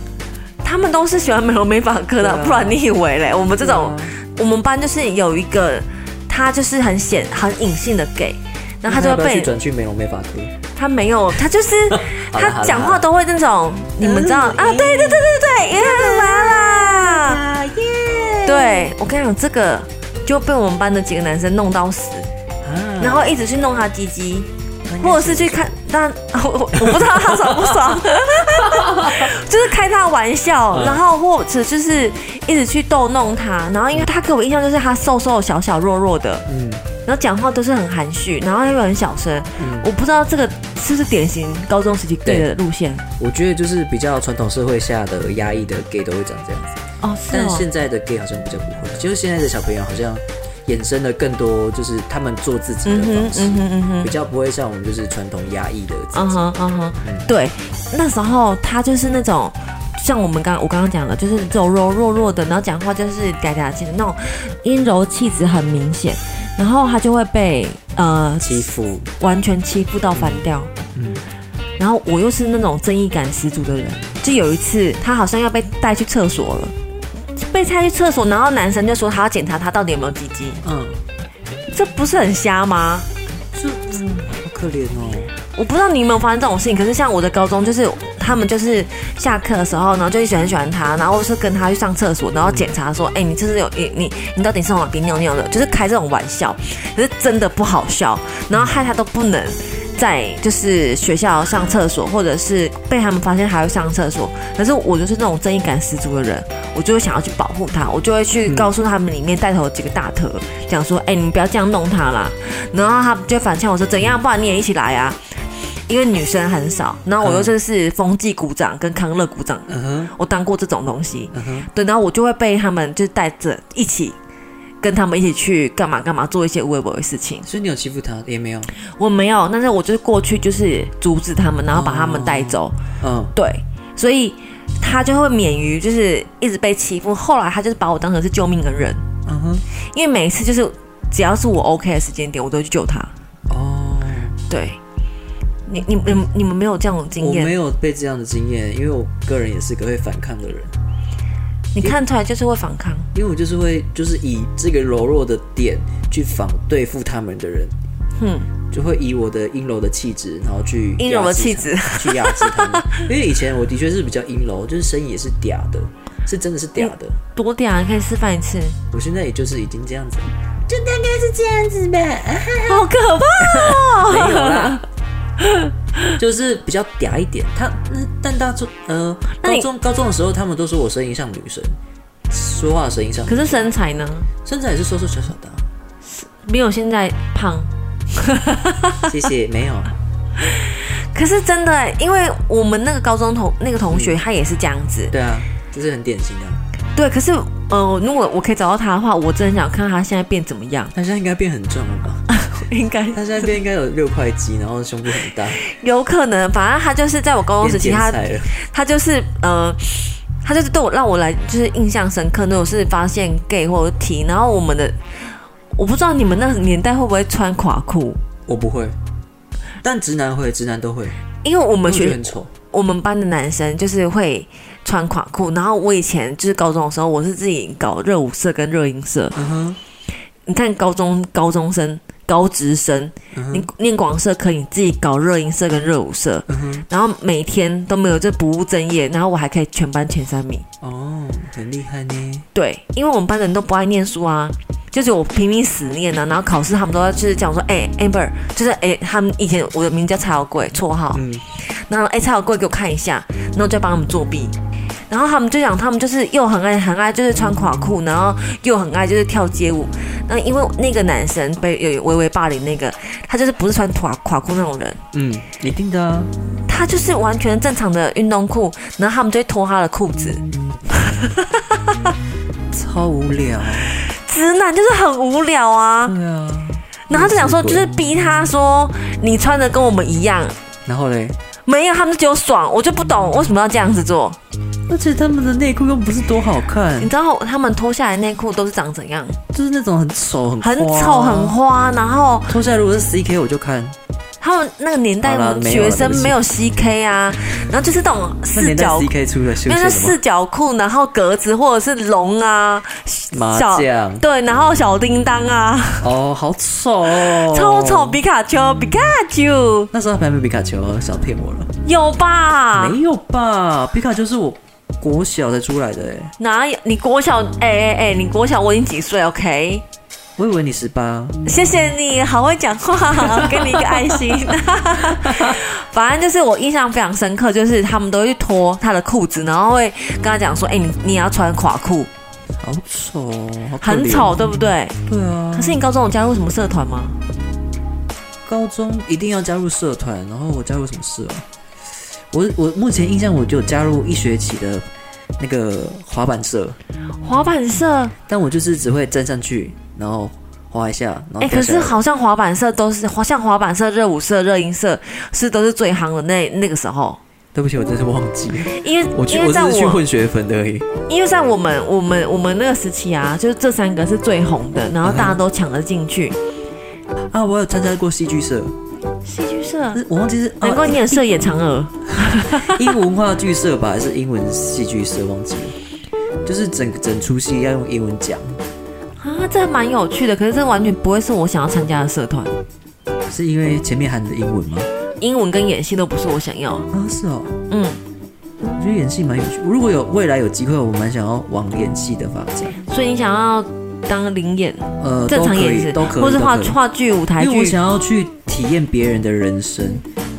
Speaker 1: 他们都是喜欢美容美发科的，
Speaker 2: 对啊
Speaker 1: 不然你以为嘞？我们这种、
Speaker 2: 对
Speaker 1: 我们班就是有一个，他就是很显很隐性的 gay，然后他就
Speaker 2: 要不
Speaker 1: 会
Speaker 2: 要去
Speaker 1: 被
Speaker 2: 转去美容美发科？
Speaker 1: 他没有，他就是
Speaker 2: 好了嗯
Speaker 1: 他讲话都会那种，你们知道啊？对对对对对，因为他来啦。
Speaker 2: 啊耶！
Speaker 1: 对我跟你讲，这个就被我们班的几个男生弄到死，
Speaker 2: 啊
Speaker 1: 然后一直去弄他鸡鸡，
Speaker 2: 应该
Speaker 1: 或者是去看，但 我我我不知道他爽不 爽，就是开他玩笑，
Speaker 2: 嗯
Speaker 1: 然后或者就是一直去逗弄他，然后因为他给我印象就是他瘦瘦小小弱弱的，
Speaker 2: 嗯
Speaker 1: 然后讲话都是很含蓄，然后又很小声，
Speaker 2: 嗯，
Speaker 1: 我不知道这个是不是典型高中时期 gay 的路线
Speaker 2: 我觉得就是比较传统社会下的压抑的 gay 都会长这样子，
Speaker 1: 哦，是
Speaker 2: 但
Speaker 1: 哦，
Speaker 2: 现在的 gay 好像比较不会，就是现在的小朋友好像衍生了更多就是他们做自己的
Speaker 1: 嗯哼
Speaker 2: 方式，
Speaker 1: 嗯哼嗯哼
Speaker 2: 比。较不会像我们就是传统压抑的自己。
Speaker 1: 嗯哼嗯哼
Speaker 2: 嗯，
Speaker 1: 对，那时候他就是那种。像我们刚我刚刚讲的，就是柔柔弱弱的，然后讲话就是嗲嗲气的那种，阴柔气质很明显，然后他就会被呃
Speaker 2: 欺负，
Speaker 1: 完全欺负到翻掉。
Speaker 2: 嗯
Speaker 1: 然后我又是那种正义感十足的人，就有一次他好像要被带去厕所了，被带去厕所，然后男生就说他要检查他到底有没有鸡鸡，
Speaker 2: 嗯，
Speaker 1: 这不是很瞎吗？
Speaker 2: 这嗯好可怜哦，
Speaker 1: 我不知道你有没有发生这种事情，可是像我的高中，就是他们就是下课的时候，然后就一直很喜欢他，然后是跟他去上厕所，然后检查说，哎、你这是有你你你到底是往哪边尿尿的，就是开这种玩笑，可是真的不好笑，然后害他都不能在就是学校上厕所，或者是被他们发现还会上厕所，可是我就是那种正义感十足的人，我就会想要去保护他，我就会去告诉他们里面带头几个大头，讲说，哎、你们不要这样弄他啦，然后他就反呛我说，怎样，不然你也一起来啊。因为女生很少，然后我又就是风纪鼓掌跟康乐鼓掌，
Speaker 2: 嗯哼，
Speaker 1: 我当过这种东西，
Speaker 2: 嗯哼，
Speaker 1: 对，然后我就会被他们就是带着一起。跟他们一起去干嘛干嘛，做一些无微不的事情。
Speaker 2: 所以你有欺负他也没有，
Speaker 1: 我没有，但是我就是过去就是阻止他们，然后把他们带走。
Speaker 2: 嗯，
Speaker 1: 对，所以他就会免于就是一直被欺负。后来他就是把我当成是救命恩人，
Speaker 2: 嗯哼，
Speaker 1: 因为每一次就是只要是我 OK 的时间点，我都会去救他。
Speaker 2: 哦，
Speaker 1: 对，你你你们你们没有这样的经
Speaker 2: 我
Speaker 1: 验
Speaker 2: 没，有被这样的经验，因为我个人也是个会反抗的人，
Speaker 1: 你看出来就是会反抗。
Speaker 2: 因为我就是会就是以这个柔弱的点去反对付他们的人，
Speaker 1: 嗯，
Speaker 2: 就会以我的阴柔的气质，然后去
Speaker 1: 阴柔的
Speaker 2: 压制
Speaker 1: 气
Speaker 2: 他
Speaker 1: 质
Speaker 2: 去压制他 们，因为以前我的确是比较阴柔，就是声音也是嗲的，是真的是嗲的，
Speaker 1: 多点啊，你可以示范一次，
Speaker 2: 我现在也就是已经这样子了。
Speaker 1: 好可怕 哦！
Speaker 2: 没有啦，就是比较嗲一点。他那但大中呃
Speaker 1: 那
Speaker 2: 高
Speaker 1: 你
Speaker 2: 中高中的时候，他们都说我声音像女生，说话声音像女
Speaker 1: 可
Speaker 2: 生，
Speaker 1: 是身材呢？
Speaker 2: 身材也是瘦瘦小小的啊、
Speaker 1: 没有现在胖。
Speaker 2: 啊谢谢，没有，
Speaker 1: 可是真的欸，因为我们那个高中同那个同学，他也是这样子。
Speaker 2: 对啊，这是很典型的。
Speaker 1: 嗯
Speaker 2: 啊
Speaker 1: 对，可是呃，如果我可以找到他的话，我真的想看他现在变怎么样。
Speaker 2: 他现在应该变很壮了吧？
Speaker 1: 应该
Speaker 2: 他现在变应该有六块肌，然后胸部很 大，
Speaker 1: 有可能，反正他就是在我高中时
Speaker 2: 变
Speaker 1: 期，
Speaker 2: 天
Speaker 1: 他
Speaker 2: 才了。
Speaker 1: 他就是呃，他就是对我让我来就是印象深刻。那种是发现 gay 或者 T，然后我们的我不知道你们那个年代会不会穿垮裤，
Speaker 2: 我不会，但直男会，直男都会。
Speaker 1: 因为我
Speaker 2: 我
Speaker 1: 们
Speaker 2: 觉得
Speaker 1: 学
Speaker 2: 很丑，
Speaker 1: 我们班的男生就是会穿垮裤，然后我以前就是高中的时候，我是自己搞热舞社跟热音社。
Speaker 2: 嗯哼，
Speaker 1: 你看高中高中生、高职生，
Speaker 2: 嗯
Speaker 1: 你
Speaker 2: 哼，
Speaker 1: 念广社可以自己搞热音社跟热舞社，
Speaker 2: 嗯哼，
Speaker 1: 然后每天都没有这不务正业，然后我还可以全班前三名。
Speaker 2: 哦，很厉害呢。
Speaker 1: 对，因为我们班的人都不爱念书啊，就是我拼命死念啊，然后考试他们都要就是讲说，哎、a m b e r 就是哎、他们以前我的名叫蔡小贵，绰号，
Speaker 2: 嗯
Speaker 1: 然后哎、蔡小贵给我看一下，然后就帮他们作弊。然后他们就讲，他们就是又很爱很爱，就是穿垮裤，然后又很爱就是跳街舞。那因为那个男生被有微微霸凌，那个他就是不是穿垮垮裤那种人，
Speaker 2: 嗯，一定的啊。
Speaker 1: 他就是完全正常的运动裤，然后他们就会脱他的裤子。
Speaker 2: 超无聊。
Speaker 1: 直男就是很无聊啊，
Speaker 2: 对啊。
Speaker 1: 然后就想说，就是逼他说你穿的跟我们一样，
Speaker 2: 然后嘞，
Speaker 1: 没有，他们就只有爽，我就不懂为什么要这样子做。
Speaker 2: 而且他们的内裤又不是多好看
Speaker 1: 你，知道他们脱下来内裤都是长怎样？
Speaker 2: 就是那种很丑、很
Speaker 1: 很
Speaker 2: 花
Speaker 1: 丑很。花，然后
Speaker 2: 脱下来如果是 CK 我就看，
Speaker 1: 他们那个年代
Speaker 2: 好啦没有
Speaker 1: 学
Speaker 2: 了
Speaker 1: 生
Speaker 2: 对不起
Speaker 1: 没有 CK 啊，然后就是这种
Speaker 2: 那
Speaker 1: 四
Speaker 2: 年代
Speaker 1: 角。
Speaker 2: CK 出了休
Speaker 1: 没有，就
Speaker 2: 闲什么
Speaker 1: 四角裤，然后格子或者是龙啊，
Speaker 2: 麻
Speaker 1: 小
Speaker 2: 将
Speaker 1: 对，然后小叮当啊，
Speaker 2: 哦，好丑、哦，
Speaker 1: 超丑。皮卡丘，皮卡丘
Speaker 2: 那时候还没有皮卡丘，少骗我了。
Speaker 1: 有吧？
Speaker 2: 没有吧？皮卡丘是我国小才出来的哎、
Speaker 1: 哪有？你国小？哎哎哎，你国小我已经几岁？OK？
Speaker 2: 我以为你十八，
Speaker 1: 谢谢你，好会讲 话，给你一个爱心。 反正就是我印象非常深刻，就是他们都会去脱他的裤子，然后会跟他讲说：“哎、你你要穿垮裤，
Speaker 2: 好丑哦，好可
Speaker 1: 很
Speaker 2: 怜
Speaker 1: 丑，。对不对
Speaker 2: 对？”啊
Speaker 1: 可，是你高中有加入什么社团吗？
Speaker 2: 高中一定要加入社团，然后我加入什么社啊？我我目前印象我就加入一学期的那个滑板社，
Speaker 1: 滑板社，
Speaker 2: 但我就是只会站上去，然后滑一下，然后
Speaker 1: 哎、
Speaker 2: 掉
Speaker 1: 可是
Speaker 2: 下来
Speaker 1: 好像滑板社都是，好像滑板社、热舞社、热音社是都是最夯的那那个时候，
Speaker 2: 对不起，我真是忘记了，
Speaker 1: 因为
Speaker 2: 我去
Speaker 1: 因为
Speaker 2: 我
Speaker 1: 在
Speaker 2: 只是去
Speaker 1: 我
Speaker 2: 混学分的而已。
Speaker 1: 因为在我们我们我们那个时期啊，就是这三个是最红的，然后
Speaker 2: 嗯
Speaker 1: 大家都抢着进去。
Speaker 2: 啊，我有参加过戏剧社，
Speaker 1: 戏剧社
Speaker 2: 但，是我忘记是
Speaker 1: 哦难怪
Speaker 2: 啊、
Speaker 1: 你很适合演嫦娥。
Speaker 2: 英文话剧社吧，还是英文戏剧社，忘记了。就是整整出戏要用英文讲，
Speaker 1: 啊，这蛮有趣的，可是这完全不会是我想要参加的社团。
Speaker 2: 是因为前面含着英文吗？
Speaker 1: 英文跟演戏都不是我想要。
Speaker 2: 啊，是哦，
Speaker 1: 嗯，
Speaker 2: 我觉得演戏蛮有趣。如果有未来有机会，我蛮想要往演戏的发展。
Speaker 1: 所以你想要当零演，
Speaker 2: 呃，
Speaker 1: 正
Speaker 2: 都
Speaker 1: 常
Speaker 2: 可
Speaker 1: 演
Speaker 2: 以，
Speaker 1: 是
Speaker 2: 都可以，
Speaker 1: 或是
Speaker 2: 呃都
Speaker 1: 话
Speaker 2: 可以
Speaker 1: 话剧、舞台
Speaker 2: 因为我
Speaker 1: 剧。
Speaker 2: 想要去体验别人的人生，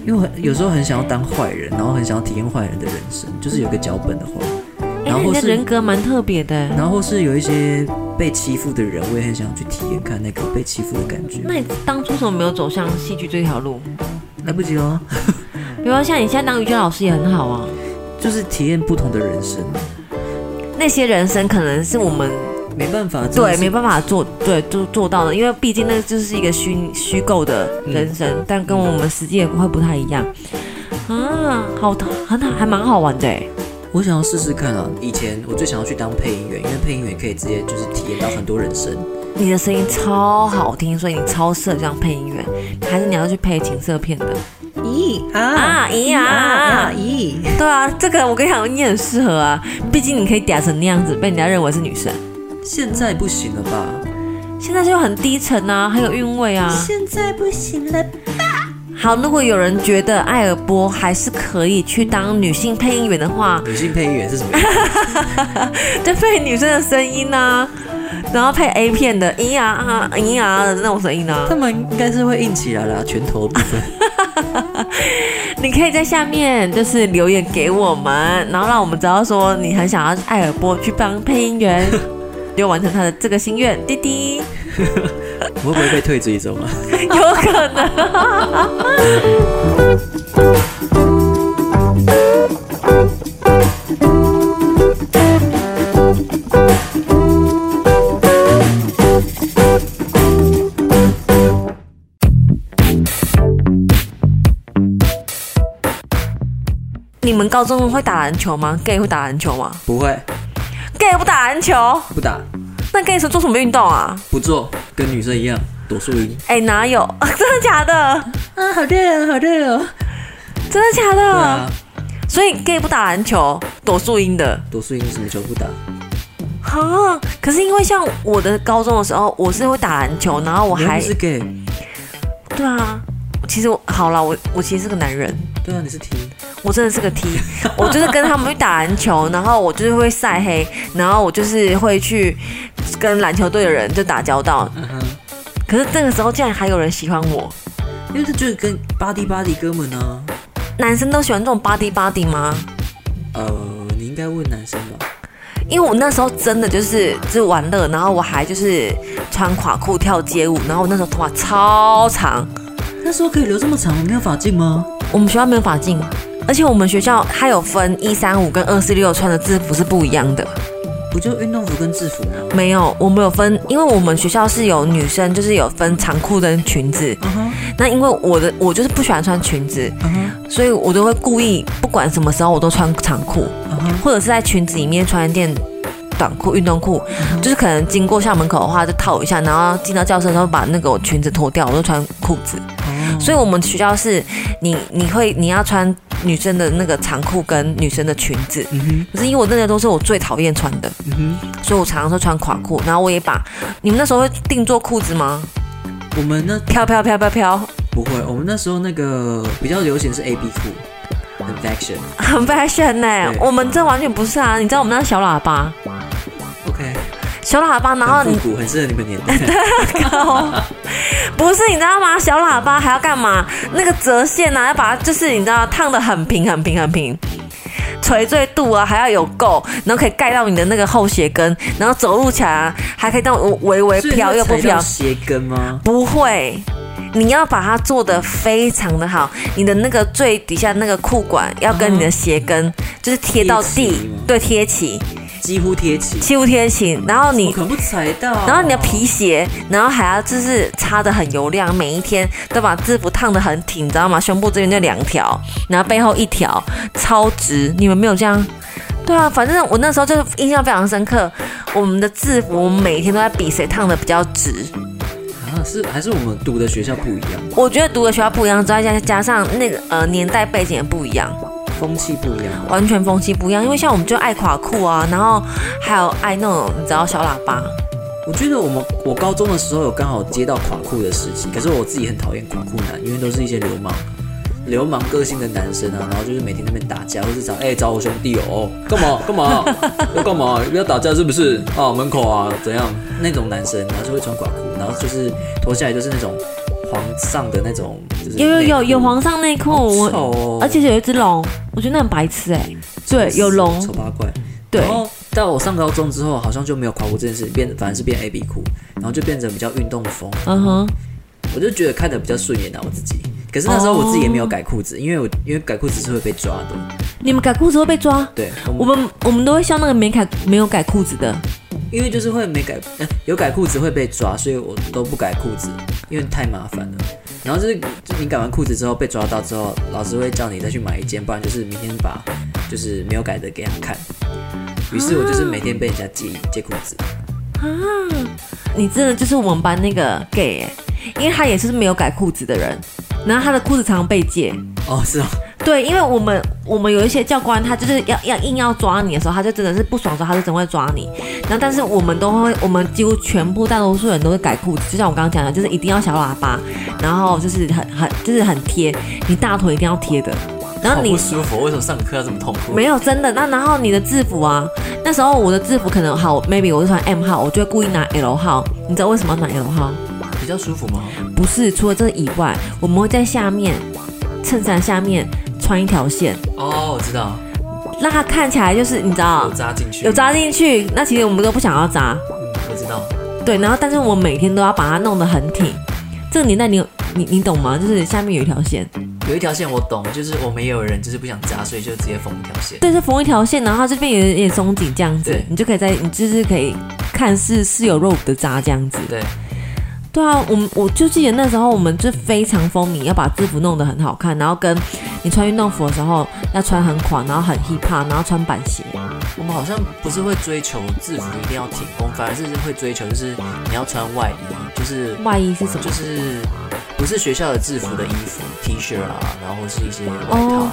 Speaker 2: 因为我很有时候很想要当坏人，然后很想要体验坏人的人生，就是有一个脚本的话，
Speaker 1: 哎，
Speaker 2: 然
Speaker 1: 那
Speaker 2: 后
Speaker 1: 你
Speaker 2: 或
Speaker 1: 的人
Speaker 2: 是
Speaker 1: 格蛮特别的。
Speaker 2: 然后或是有一些被欺负的人，我也很想要去体验看那个被欺负的感觉。
Speaker 1: 那你当初怎么没有走向戏剧这条路？
Speaker 2: 来不及了，
Speaker 1: 比方啊像你现在当瑜伽老师也很好啊。
Speaker 2: 就是体验不同的人生，
Speaker 1: 那些人生可能是我们
Speaker 2: 没办法，真的
Speaker 1: 对
Speaker 2: 是
Speaker 1: 没办法做对做做到的，因为毕竟那就是一个虚虚构的人生，但跟我们实际也会不太一样啊，好很好，还蛮好玩的欸
Speaker 2: 我想要试试看啊！以前我最想要去当配音员，因为配音员可以直接就是体验到很多人生。
Speaker 1: 你的声音超好听，所以你超适合当配音员，还是你要去配情色片的？
Speaker 2: 咦
Speaker 1: 啊咦啊啊
Speaker 2: 咦！
Speaker 1: 对啊，这个我跟你讲，你很适合啊，毕竟你可以嗲成那样子，被人家认为是女生。
Speaker 2: 现在不行了吧？
Speaker 1: 现在就很低沉啊，很有韵味啊。
Speaker 2: 现在不行了。
Speaker 1: 好，如果有人觉得艾尔波还是可以去当女性配音员的话，
Speaker 2: 女性配音员是什么 意思？
Speaker 1: 就配女生的声音呐、然后配 A 片的咿呀啊咿呀啊的那种声音呢、
Speaker 2: 他们应该是会硬起来啦，拳头部分。
Speaker 1: 你可以在下面就是留言给我们，然后让我们知道说你很想要艾尔波去帮配音员，就完成他的这个心愿。滴滴，
Speaker 2: 我会不会被退追走啊？
Speaker 1: 有可能。你们高中会打篮球吗？gay 会打篮球吗
Speaker 2: 不会，
Speaker 1: ？gay 不打篮球，
Speaker 2: 不打，
Speaker 1: 那 gay 是做什么运动啊？
Speaker 2: 不做，跟女生一样躲树荫。
Speaker 1: 哎、哪有？ 真的假的？
Speaker 2: 啊，好热啊，好热哦。
Speaker 1: 真的假的？
Speaker 2: 对啊，
Speaker 1: 所以 gay 不打篮球，躲树荫的。
Speaker 2: 躲树荫什么球不打？
Speaker 1: 哈，可是因为像我的高中的时候，我是会打篮球，然后我
Speaker 2: 你又
Speaker 1: 还
Speaker 2: 不是 gay。
Speaker 1: 对啊。其实我好了，我我其实是个男人，
Speaker 2: 对啊，你是 T。
Speaker 1: 我真的是个 T，我就是跟他们去打篮球，然后我就是会晒黑，然后我就是会去跟篮球队的人就打交道。
Speaker 2: 嗯哼，
Speaker 1: 可是那个时候竟然还有人喜欢我，
Speaker 2: 因为这就是跟巴迪巴迪哥们啊。
Speaker 1: 男生都喜欢这种 body body 吗？
Speaker 2: 呃，你应该问男生吧。
Speaker 1: 因为我那时候真的就是就是玩乐，然后我还就是穿垮裤跳街舞，然后我那时候头发超长，
Speaker 2: 那时候可以留这么长，没有发镜吗？
Speaker 1: 我们学校没有法禁，而且我们学校它有分一三五跟二四六穿的制服是不一样的。
Speaker 2: 不就运动服跟制服吗？
Speaker 1: 没有，我们有分，因为我们学校是有女生就是有分长裤跟裙子。
Speaker 2: 嗯哼，
Speaker 1: 那因为我的我就是不喜欢穿裙子，
Speaker 2: 嗯哼，
Speaker 1: 所以我都会故意不管什么时候我都穿长裤，
Speaker 2: 嗯哼，
Speaker 1: 或者是在裙子里面穿一件短裤、运动裤，就是可能经过校门口的话就套一下，然后进到教室的时候把那个裙子脱掉，我就穿裤子。
Speaker 2: 哦
Speaker 1: 所以我们学校是你你会你要穿女生的那个长裤跟女生的裙子，
Speaker 2: 嗯哼，
Speaker 1: 可是因为我那个都是我最讨厌穿的，
Speaker 2: 嗯哼，
Speaker 1: 所以我常常说穿垮裤。然后我也把你们那时候会定做裤子吗？
Speaker 2: 我们那
Speaker 1: 飘飘飘飘飘，
Speaker 2: 不会，我们那时候那个比较流行是 A B 裤，很 fashion。
Speaker 1: 很 fashion 欸呢、
Speaker 2: 对
Speaker 1: 我们这完全不是啊！你知道我们那小喇叭，
Speaker 2: OK，
Speaker 1: 小喇叭，然后
Speaker 2: 很
Speaker 1: 你
Speaker 2: 复古，很适合你们年代。
Speaker 1: 不是，你知道吗？小喇叭还要干嘛？那个折线啊，要把它就是你知道烫的很平很平很平，垂坠度啊还要有够，然后可以盖到你的那个后鞋跟，然后走路起来、啊、还可以到微微
Speaker 2: 所以
Speaker 1: 飘
Speaker 2: 会
Speaker 1: 又不
Speaker 2: 踩到
Speaker 1: 飘，
Speaker 2: 鞋跟吗？
Speaker 1: 不会。你要把它做的非常的好，你的那个最底下那个裤管要跟你的鞋跟、就是贴到
Speaker 2: 贴
Speaker 1: 地
Speaker 2: 齐吗，
Speaker 1: 对，贴齐，
Speaker 2: 几乎贴起，
Speaker 1: 几乎贴齐。然后
Speaker 2: 我
Speaker 1: 你
Speaker 2: 可能不踩到。
Speaker 1: 然后你的皮鞋，然后还要就是擦的很油亮，每一天都把制服烫的很挺，你知道吗？胸部这边就两条，然后背后一条，超直。你们没有这样？对啊，反正我那时候就是印象非常深刻。我们的制服，我们每一天都在比谁烫的比较直。
Speaker 2: 啊，是还是我们读的学校不一样，
Speaker 1: 我觉得读的学校不一样，再加加上那个呃年代背景也不一样，
Speaker 2: 风气不一样。
Speaker 1: 完全风气不一样。因为像我们就爱垮裤啊，然后还有爱那种你知道小喇叭。
Speaker 2: 我觉得我们我高中的时候有刚好接到垮裤的时期，可是我自己很讨厌垮裤男，因为都是一些流氓。流氓个性的男生啊，然后就是每天在那边打架，或是找哎、找我兄弟哦，干嘛干嘛要干嘛要打架是不是啊？门口啊怎样那种男生，然后就会穿垮裤，然后就是脱下来就是那种皇上的那种，就是
Speaker 1: 有有有有
Speaker 2: 内裤
Speaker 1: 皇上内裤，
Speaker 2: 好
Speaker 1: 我
Speaker 2: 丑哦嗯
Speaker 1: 而且有一只龙，我觉得那很白痴哎、对，有龙，
Speaker 2: 丑八怪。
Speaker 1: 对
Speaker 2: 然后到我上高中之后，好像就没有垮过这件事，变反而是变 A B 裤，然后就变成比较运动风，
Speaker 1: 嗯哼，
Speaker 2: 我就觉得看得比较顺眼啊，我自己。可是那时候我自己也没有改裤子，因为我因为改裤子是会被抓的。
Speaker 1: 你们改裤子会被抓，
Speaker 2: 对，我们
Speaker 1: 我们我们都会笑那个没改没有改裤子的，
Speaker 2: 因为就是会没改，呃有改裤子会被抓，所以我都不改裤子，因为太麻烦了。然后就是就你改完裤子之后被抓到之后，老师会叫你再去买一件，不然就是明天把就是没有改的给他看。于是我就是每天被人家借借裤子。
Speaker 1: 你真的就是我们班那个 gay，、欸、因为他也是没有改裤子的人，然后他的裤子常常被借，
Speaker 2: 哦， 是哦。
Speaker 1: 对，因为我们我们有一些教官，他就是要要硬要抓你的时候，他就真的是不爽的时候，他就真会抓你。然后，但是我们都会，我们几乎全部大多数人都会改裤子，就像我刚刚讲的，就是一定要小喇叭，然后就是很很就是很贴，你大腿一定要贴的。然后
Speaker 3: 好
Speaker 1: 你
Speaker 3: 不舒服，为什么上课要这么痛苦？
Speaker 1: 没有真的那，然后你的制服啊，那时候我的制服可能好，maybe 我是穿 M 号，我就会故意拿 L 号，你知道为什么要拿 L 号？
Speaker 3: 比较舒服吗？
Speaker 1: 不是，除了这个以外，我们会在下面衬衫下面穿一条线。
Speaker 3: 哦，我知道，
Speaker 1: 让它看起来就是你知
Speaker 2: 啊
Speaker 1: 道
Speaker 3: 有扎进去，
Speaker 1: 有扎进去，那其实我们都不想要扎，
Speaker 3: 嗯，我知道，
Speaker 1: 对。然后，但是我每天都要把它弄得很挺。这个年代你有你你懂吗？就是下面有一条线，
Speaker 3: 有一条线我懂，就是我们也有人就是不想扎，所以就直接缝一条线。
Speaker 1: 对，是缝一条线，然后它这边有一点松紧这样子
Speaker 3: 对，
Speaker 1: 你就可以在你就是可以看似是有肉的扎这样子。
Speaker 3: 对，
Speaker 1: 对啊，我们我就记得那时候我们就非常风靡，要把制服弄得很好看，然后跟你穿运动服的时候要穿很垮，然后很 hip hop，然后穿板鞋。
Speaker 3: 我们好像不是会追求制服一定要挺胸，反而是会追求就是你要穿外衣，就是
Speaker 1: 外衣是什么？
Speaker 3: 就是不是学校的制服的衣服 T 恤啊，然后或是一些外套，
Speaker 1: 哦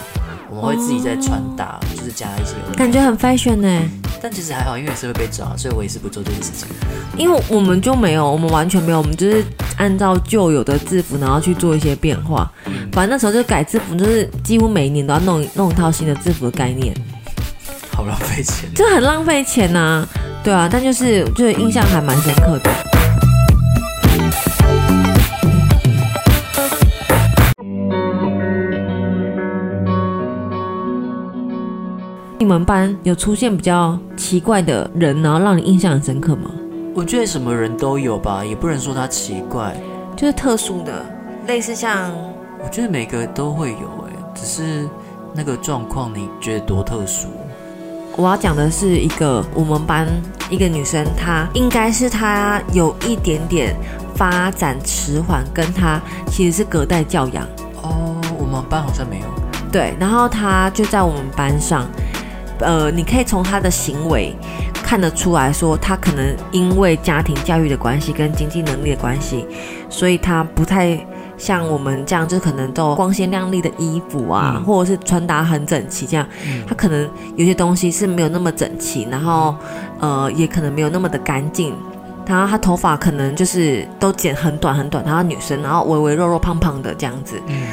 Speaker 3: 我们会自己再穿搭，就是加一些有的
Speaker 1: 感觉很 fashion 呢、
Speaker 3: 但其实还好，因为也是会被抓，所以我也是不做这件事情。
Speaker 1: 因为我们就没有，我们完全没有，我们就是按照旧有的制服，然后去做一些变化。反正那时候就改制服，就是几乎每一年都要弄一弄一套新的制服的概念，
Speaker 3: 好浪费钱。
Speaker 1: 这很浪费钱呐、对啊，但就是就是印象还蛮深刻的。你们班有出现比较奇怪的人，然后让你印象很深刻吗？
Speaker 3: 我觉得什么人都有吧，也不能说他奇怪。
Speaker 1: 就是特殊的，类似像
Speaker 3: 我觉得每个都会有、欸，只是那个状况你觉得多特殊？
Speaker 1: 我要讲的是一个我们班一个女生，她应该是她有一点点发展迟缓，跟她其实是隔代教养。
Speaker 3: 哦，我们班好像没有。
Speaker 1: 对，然后她就在我们班上，呃，你可以从她的行为看得出来说，她可能因为家庭教育的关系跟经济能力的关系，所以她不太像我们这样，就可能都光鲜亮丽的衣服啊，
Speaker 3: 嗯
Speaker 1: 或者是穿搭很整齐这样。
Speaker 3: 嗯
Speaker 1: 她可能有些东西是没有那么整齐，然后呃，也可能没有那么的干净。然后她头发可能就是都剪很短很短，然后女生，然后微微肉肉胖胖的这样子。
Speaker 3: 嗯，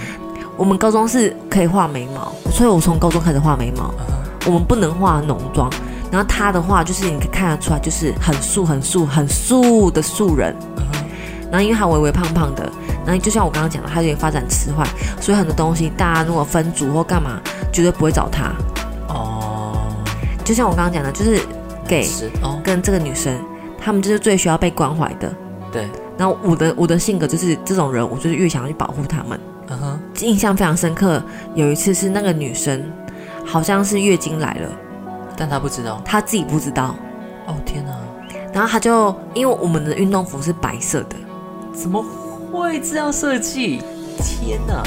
Speaker 1: 我们高中是可以画眉毛，所以我从高中开始画眉毛。我们不能画浓妆，然后他的话就是你看得出来，就是很素、很素、很素的素人。然后因为他微微胖胖的，然后就像我刚刚讲的，他有点发展迟缓，所以很多东西大家如果分组或干嘛，绝对不会找他。
Speaker 2: 哦，
Speaker 1: 就像我刚刚讲的，就是给
Speaker 2: 是哦，
Speaker 1: 跟这个女生，他们就是最需要被关怀的。
Speaker 2: 对，
Speaker 1: 然后我的我的性格就是这种人，我就是越想要去保护他们。
Speaker 2: 嗯哼，
Speaker 1: 印象非常深刻，有一次是那个女生好像是月经来了，
Speaker 2: 但他不知道。
Speaker 1: 她自己不知道，
Speaker 2: 哦天哪，
Speaker 1: 然后她就因为我们的运动服是白色的，
Speaker 2: 怎么会这样设计？天哪，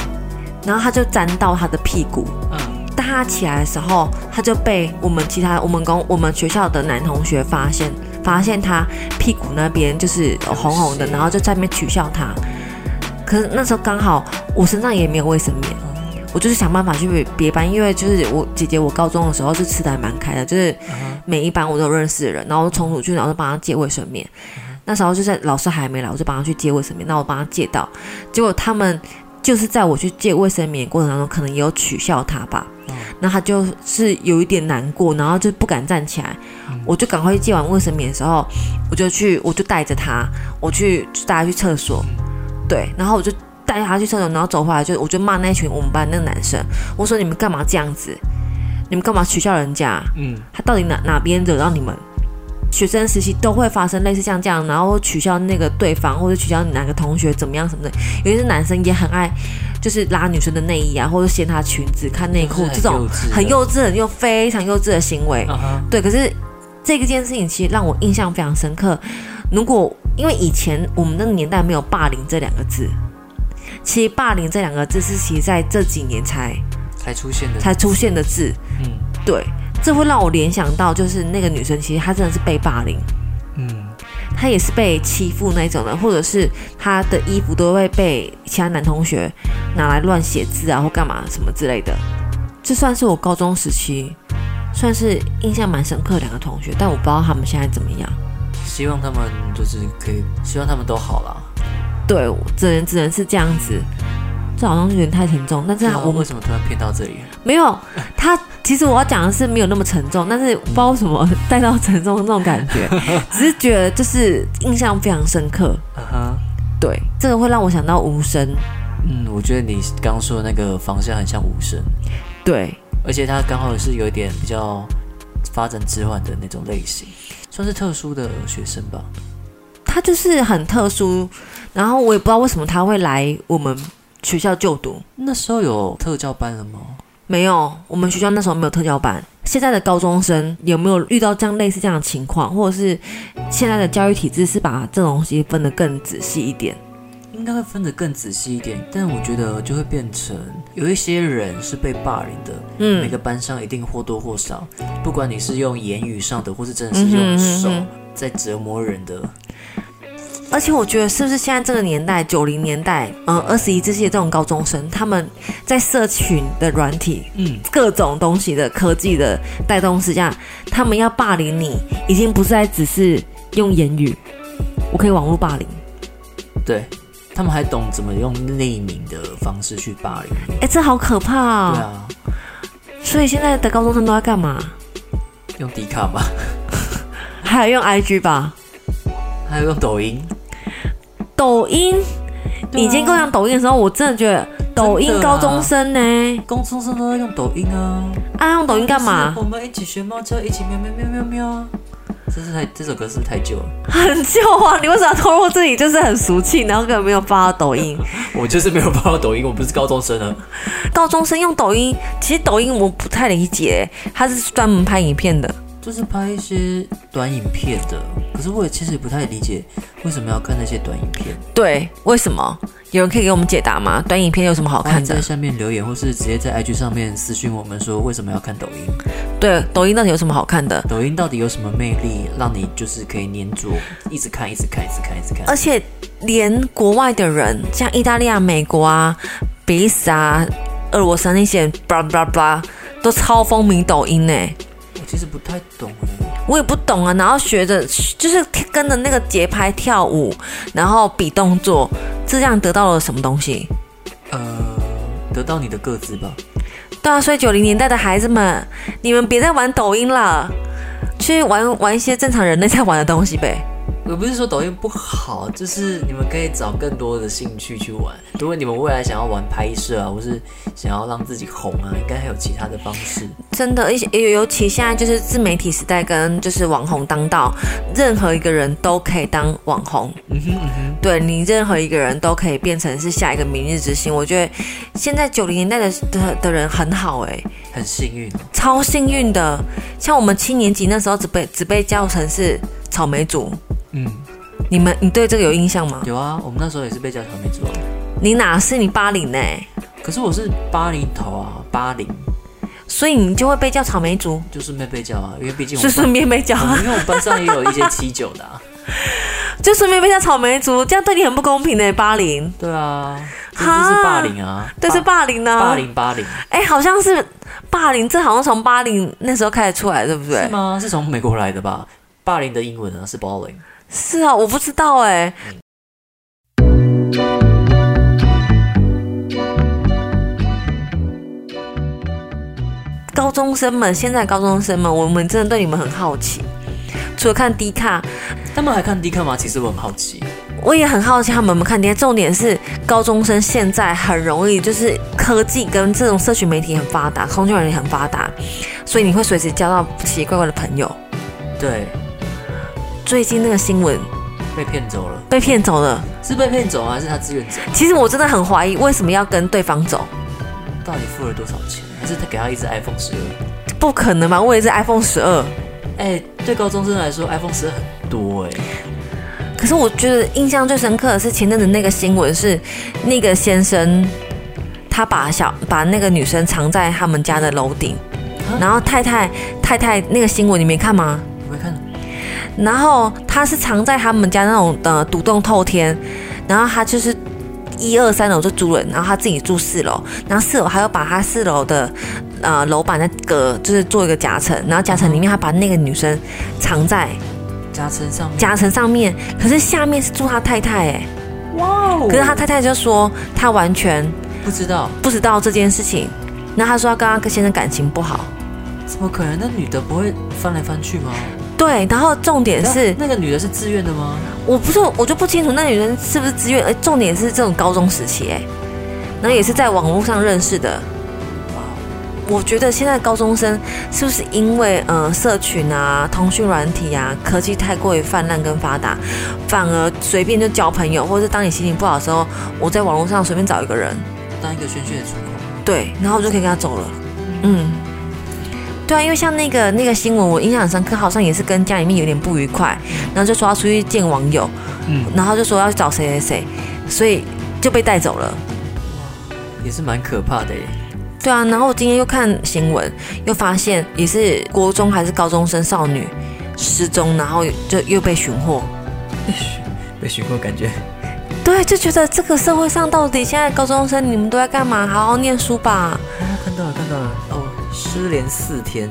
Speaker 1: 然后她就沾到她的屁股，
Speaker 2: 嗯，
Speaker 1: 但她起来的时候，她就被我们其他我们公我们学校的男同学发现，发现她屁股那边就是红红的，
Speaker 2: 是
Speaker 1: 然后就在那边取笑她。可是那时候刚好我身上也没有卫生棉，
Speaker 2: 嗯
Speaker 1: 我就是想办法去别班，因为就是我姐姐，我高中的时候是吃的还蛮开的，就是
Speaker 2: 嗯
Speaker 1: 每一班我都有认识的人，然后我冲出去，然后就帮她借卫生棉。那时候就是老师还没来，我就帮她去借卫生棉，那我帮她借到，结果他们就是在我去借卫生棉的过程当中，可能也有取笑她吧
Speaker 2: 嗯。
Speaker 1: 那她就是有一点难过，然后就不敢站起来，我就赶快去借完卫生棉的时候，我就去，我就带着她，我去带她去厕所，对，然后我就带他去厕所，然后走回来就我就骂那群我们班那个男生，我说你们干嘛这样子？你们干嘛取笑人家？
Speaker 2: 嗯，
Speaker 1: 他到底哪哪边惹到你们？学生时期都会发生类似像这样，然后取笑那个对方，或者取笑哪个同学怎么样什么的。尤其是男生也很爱，就是拉女生的内衣啊，或者掀她裙子、看内裤这种很
Speaker 2: 幼
Speaker 1: 幼稚、很又非常幼稚的行为
Speaker 2: 稚。的，嗯哼
Speaker 1: 对，可是这个件事情其实让我印象非常深刻。如果因为以前我们那个年代没有“霸凌”这两个字，其实“霸凌”这两个字是其实在这几年才
Speaker 2: 才出现的，
Speaker 1: 才出现的字。
Speaker 2: 嗯
Speaker 1: 对，啊这会让我联想到，就是那个女生其实她真的是被霸凌，
Speaker 2: 嗯，
Speaker 1: 她也是被欺负那种的，或者是她的衣服都会被其他男同学拿来乱写字啊，或干嘛什么之类的。这算是我高中时期。算是印象蛮深刻的两个同学，但我不知道他们现在怎么样。
Speaker 2: 希望他们就是可以，希望他们都好啦。
Speaker 1: 对，我只能只能是这样子。这好像有点太沉重，但是
Speaker 2: 不知道
Speaker 1: 啊我
Speaker 2: 为
Speaker 1: 们
Speaker 2: 什么突然骗到这里？
Speaker 1: 没有他。其实我要讲的是没有那么沉重，但是不知道为什么带到沉重的那种感觉，只是觉得就是印象非常深刻。
Speaker 2: 嗯哼。
Speaker 1: 对，这个会让我想到无声。
Speaker 2: 嗯，我觉得你刚说的那个方向很像武神，
Speaker 1: 对，
Speaker 2: 而且他刚好是有一点比较发展迟缓的那种类型，算是特殊的学生吧。
Speaker 1: 他就是很特殊，然后我也不知道为什么他会来我们学校就读。
Speaker 2: 那时候有特教班了吗？
Speaker 1: 没有，我们学校那时候没有特教班。现在的高中生有没有遇到这样类似这样的情况，或者是现在的教育体制是把这种东西分得更仔细一点？
Speaker 2: 应该会分得更仔细一点，但我觉得就会变成有一些人是被霸凌的，每
Speaker 1: 嗯
Speaker 2: 个班上一定或多或少，不管你是用言语上的，或是真的
Speaker 1: 嗯
Speaker 2: 是
Speaker 1: 哼
Speaker 2: 用手
Speaker 1: 嗯
Speaker 2: 在折磨人的，
Speaker 1: 而且我觉得是不是现在这个年代，九零年代，嗯，二十一世纪的这种高中生，他们在社群的软体、
Speaker 2: 嗯，
Speaker 1: 各种东西的科技的带动之下，他们要霸凌你，已经不再只是用言语，我可以网络霸凌。
Speaker 2: 对。他们还懂怎么用匿名的方式去霸凌你，
Speaker 1: 哎，这好可怕
Speaker 2: 对
Speaker 1: 啊！
Speaker 2: 啊，
Speaker 1: 所以现在的高中生都在干嘛？
Speaker 2: 用迪卡吧，
Speaker 1: 还有用 IG 吧？
Speaker 2: 啊还有用抖音，
Speaker 1: 抖音，
Speaker 2: 对啊
Speaker 1: 你今天跟我讲抖音的时候，我真的觉得抖音
Speaker 2: 真的啊
Speaker 1: 高中生呢、
Speaker 2: 高中生都在用抖音啊，
Speaker 1: 啊，用抖音干嘛
Speaker 2: 就是？我们一起学猫叫，一起喵喵喵喵喵啊！这是太这首歌是不是太旧了，
Speaker 1: 很旧啊！你为什么要透露自己就是很俗气，然后根本没有发到抖音？
Speaker 2: 我就是没有办法抖音，我不是高中生啊。
Speaker 1: 高中生用抖音，其实抖音我不太理解，它是专门拍影片的。
Speaker 2: 就是拍一些短影片的，可是我也其实也不太理解为什么要看那些短影片。
Speaker 1: 对，为什么？有人可以给我们解答吗？短影片有什么好
Speaker 2: 欢
Speaker 1: 看
Speaker 2: 迎
Speaker 1: 的
Speaker 2: 在？下面留言，或是直接在 IG 上面私讯我们说为什么要看抖音？
Speaker 1: 对，抖音到底有什么好看的？
Speaker 2: 抖音到底有什么魅力，让你就是可以黏着，一直看，一直看，一直看，一直看？
Speaker 1: 而且连国外的人，像意大利啊、美国啊、比利时啊、俄罗斯啊那些人，巴拉巴拉巴拉，都超风靡抖音呢、
Speaker 2: 我其实不太懂哎。
Speaker 1: 我也不懂啊，然后学着就是跟着那个节拍跳舞，然后比动作，这样得到了什么东西？
Speaker 2: 呃，得到你的个子吧。
Speaker 1: 对啊，所以九零年代的孩子们，你们别再玩抖音了，去玩玩一些正常人类在玩的东西呗。
Speaker 2: 我不是说抖音不好，就是你们可以找更多的兴趣去玩。如果你们未来想要玩拍摄啊，或是想要让自己红啊，应该还有其他的方式。
Speaker 1: 真的，而且尤尤其现在就是自媒体时代跟就是网红当道，任何一个人都可以当网红。
Speaker 2: 嗯哼嗯哼，
Speaker 1: 对你任何一个人都可以变成是下一个明日之星。我觉得现在九零年代的的的人很好哎、
Speaker 2: 很幸运。
Speaker 1: 超幸运的。像我们七年级那时候只被只被叫成是草莓族，
Speaker 2: 嗯，
Speaker 1: 你们你对这个有印象吗？
Speaker 2: 有啊，我们那时候也是被叫小美猪啊。
Speaker 1: 你哪是你八零呢？
Speaker 2: 可是我是八零头啊，八零
Speaker 1: 所以你就会被叫草莓族，
Speaker 2: 就顺便被叫啊，因为毕竟我
Speaker 1: 就
Speaker 2: 们
Speaker 1: 顺便被叫，啊
Speaker 2: 班，因为我们班上也有一些七九的啊。
Speaker 1: 就顺便被叫草莓族，这样对你很不公平呢。八零，
Speaker 2: 对啊，这
Speaker 1: 哈
Speaker 2: 就是霸凌啊，
Speaker 1: 对，是霸凌呢、
Speaker 2: 霸凌霸凌
Speaker 1: 哎、好像是霸凌，这好像从八零那时候开始出来，对不对
Speaker 2: 是？吗？是从美国来的吧？霸凌的英文啊是 bullying。
Speaker 1: 是啊，我不知道哎、高中生们，现在高中生们，我们真的对你们很好奇。除了看低卡，
Speaker 2: 他们还看 D 克吗？其实我很好奇，
Speaker 1: 我也很好奇他们有没有看低卡。重点是，高中生现在很容易就是科技跟这种社群媒体很发达，空间软体很发达，所以你会随时交到奇奇怪怪的朋友。
Speaker 2: 对，
Speaker 1: 最近那个新闻
Speaker 2: 被骗走了，
Speaker 1: 被骗走了，
Speaker 2: 是被骗走啊还是他自愿走？
Speaker 1: 其实我真的很怀疑为什么要跟对方走。
Speaker 2: 到底付了多少钱？还是他给他一只 iPhone 十二？
Speaker 1: 不可能吧？我也是 iPhone 十二，
Speaker 2: 哎，对高中生来说，iPhone 十二很多哎、
Speaker 1: 可是我觉得印象最深刻的是前阵子那个新闻是那个先生，他把小把那个女生藏在他们家的楼顶，然后太太太太那个新闻你没看吗？
Speaker 2: 你们看，
Speaker 1: 然后他是藏在他们家那种呃独栋透天，然后他就是一二三楼就租人，然后他自己住四楼，然后四楼还要把他四楼的呃楼板再隔，就是做一个夹层，然后夹层里面他把那个女生藏在
Speaker 2: 加成上面，
Speaker 1: 夹层上面，可是下面是住他太太哎、
Speaker 2: 哇哦
Speaker 1: 可是他太太就说他完全
Speaker 2: 不知道，
Speaker 1: 不知道这件事情，那他说他跟他先生感情不好，
Speaker 2: 怎么可能？那女的不会翻来翻去吗？
Speaker 1: 对，然后重点是
Speaker 2: 那那个女哎的是自愿的吗？
Speaker 1: 我不是我就不清楚那女人是不是自愿，而重点是这种高中时期哎、然后也是在网络上认识的。我觉得现在高中生是不是因为呃社群啊、通讯软体啊、科技太过于泛滥跟发达，反而随便就交朋友，或者是当你心情不好的时候，我在网络上随便找一个人，
Speaker 2: 当一个宣泄的出口，
Speaker 1: 对，然后我就可以跟他走了。嗯，对啊，因为像那个那个新闻，我印象很深刻，好像也是跟家里面有点不愉快，然后就说要出去见网友，
Speaker 2: 嗯，
Speaker 1: 然后就说要去找谁谁谁，所以就被带走了。
Speaker 2: 也是蛮可怕的欸耶。
Speaker 1: 对啊，然后我今天又看新闻，又发现也是国中还是高中生少女失踪，然后就又被寻获。
Speaker 2: 被寻过感觉，
Speaker 1: 对，就觉得这个社会上到底现在高中生你们都在干嘛？好好念书吧。
Speaker 2: 啊看到了看到了，哦，失联四天，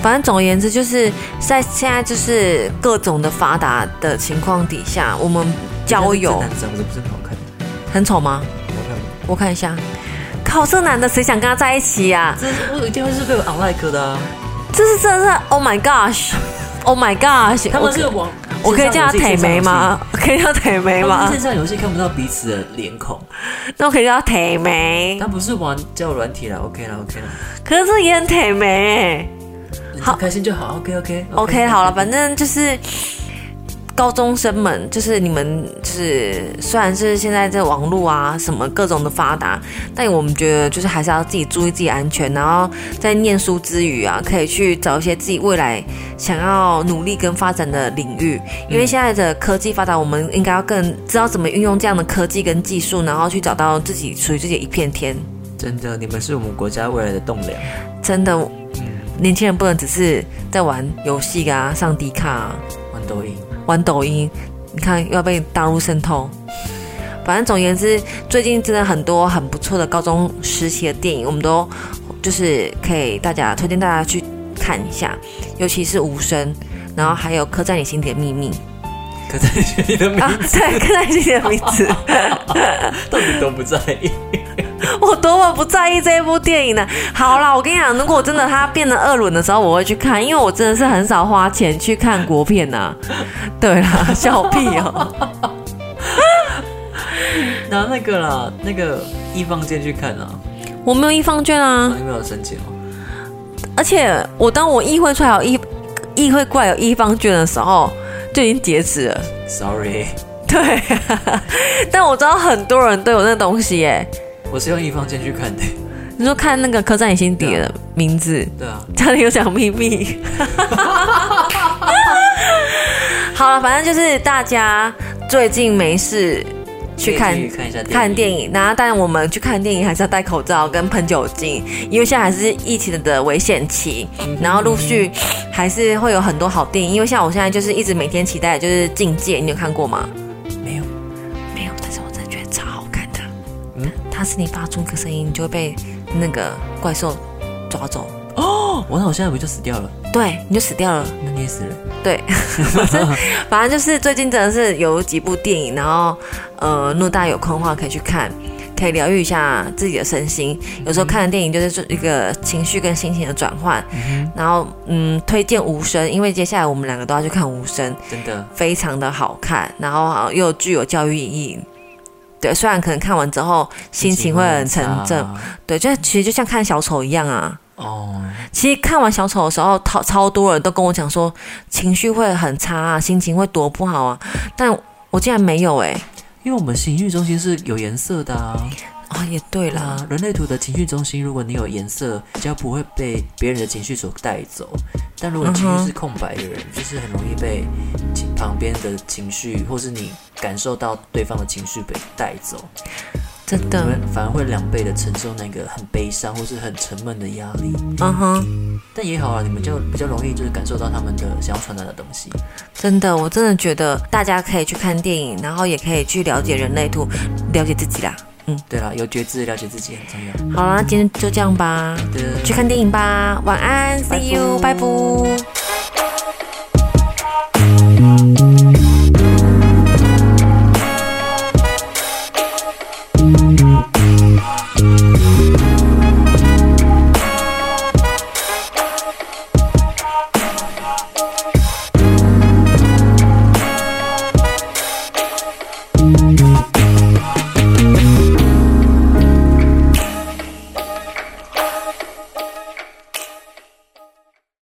Speaker 1: 反正总而言之，就是在现在就是各种的发达的情况底下，我们交
Speaker 2: 这
Speaker 1: 友
Speaker 2: 男生不是不是很好看，
Speaker 1: 很丑吗？
Speaker 2: 好看吗？
Speaker 1: 我看一下，靠，这男的谁想跟他在一起呀、
Speaker 2: 这我一定会是被 unlike 的啊，
Speaker 1: 这是真的是，Oh my gosh，Oh my gosh，
Speaker 2: 他
Speaker 1: 我
Speaker 2: 们是网，
Speaker 1: 我可以
Speaker 2: 线
Speaker 1: 叫他
Speaker 2: 上游戏
Speaker 1: 腿眉？吗？我可以叫他腿眉
Speaker 2: 线上游戏他
Speaker 1: 吗
Speaker 2: 们线？上游戏看不到彼此的脸孔，
Speaker 1: 那我可以叫他腿眉，
Speaker 2: 但不是玩交友软体啦 o k 啦，OK 啦，
Speaker 1: 可是这也很欸腿眉、好
Speaker 2: 好开心就好，OK OK
Speaker 1: OK，好了，反正就是高中生们，就是你们，就是虽然是现在这网络啊什么各种的发达，但我们觉得就是还是要自己注意自己安全，然后在念书之余啊，可以去找一些自己未来想要努力跟发展的领域，因为现在的科技发达，我们应该要更知道怎么运用这样的科技跟技术，然后去找到自己属于自己的一片天。
Speaker 2: 真的，你们是我们国家未来的栋梁。
Speaker 1: 真的，年轻人不能只是在玩游戏啊、上迪卡啊。
Speaker 2: 玩抖音，
Speaker 1: 玩抖音，你看又要被大陆渗透。反正总而言之，最近真的很多很不错的高中时期的电影，我们都就是可以大家推荐大家去看一下，尤其是《无声》，然后还有《刻在你心底的 秘密
Speaker 2: 可是你的名》
Speaker 1: 啊，对，《刻在你心底的名字》
Speaker 2: 到底都不在意。
Speaker 1: 我多么不在意这一部电影呢？好啦，我跟你讲，如果真的它变成二轮的时候，我会去看，因为我真的是很少花钱去看国片呐、对啦，笑屁哦、
Speaker 2: 拿那个啦，那个一方间去看啊，
Speaker 1: 我没有一方券啊，
Speaker 2: 你没有申请哦？
Speaker 1: 而且我当我议会出来有议议会过来有一方券的时候，就已经截止了。
Speaker 2: Sorry，
Speaker 1: 对、但我知道很多人都有那东西耶、
Speaker 2: 我是用一方间去看的。
Speaker 1: 你说看那个客栈你心底的名字，
Speaker 2: 对啊，
Speaker 1: 家里有讲秘密。 好了，反正就是大家最近没事去看
Speaker 2: 可以看一下电影
Speaker 1: 看电影，啊然后但我们去看电影还是要戴口罩跟喷酒精，因为现在还是疫情的危险期，然后陆续还是会有很多好电影，因为像我现在就是一直每天期待的就是《境界》，你有看过吗？
Speaker 2: 没有，
Speaker 1: 没有，但是我真的觉得超好看的。
Speaker 2: 嗯
Speaker 1: 嗯，它是你发出一个声音，你就会被那个怪兽抓走，
Speaker 2: 哦我那我现在不就死掉了？
Speaker 1: 对，你就死掉了。
Speaker 2: 那你也死了？
Speaker 1: 对， 反正就是最近真的是有几部电影，然后呃，若大家有空的话可以去看，可以疗愈一下自己的身心。有时候看的电影就是一个情绪跟心情的转换，然后嗯，推荐《无声》，因为接下来我们两个都要去看《无声》，
Speaker 2: 真的，
Speaker 1: 非常的好看，然后呃又具有教育意义。对，虽然可能看完之后心情会很沉重，
Speaker 2: 差
Speaker 1: 对，就其实就像看小丑一样啊。
Speaker 2: 哦，
Speaker 1: 其实看完小丑的时候，超超多人都跟我讲说情绪会很差啊，心情会多不好啊，但我竟然没有哎、
Speaker 2: 因为我们情绪中心是有颜色的啊。
Speaker 1: 哦，也对
Speaker 2: 对
Speaker 1: 啦，
Speaker 2: 啦，人类图的情绪中心，如果你有颜色，比较不会被别人的情绪所带走。但如果你情
Speaker 1: 嗯
Speaker 2: 绪
Speaker 1: 哼
Speaker 2: 是空白的人，就是很容易被情旁边的情绪，或是你感受到对方的情绪被带走，
Speaker 1: 真
Speaker 2: 你
Speaker 1: 的
Speaker 2: 会，反而会两倍的承受那个很悲伤或是很沉闷的压力。
Speaker 1: 嗯哼，
Speaker 2: 但也好啊，你们就比较容易就是感受到他们的想要传达的东西。
Speaker 1: 真的，我真的觉得大家可以去看电影，然后也可以去了解人类图，了解自己啦。
Speaker 2: 对啦，有觉知了解自己很重要。
Speaker 1: 好啦，那今天就这样吧，
Speaker 2: 对
Speaker 1: 去看电影吧，晚安，see you，拜拜。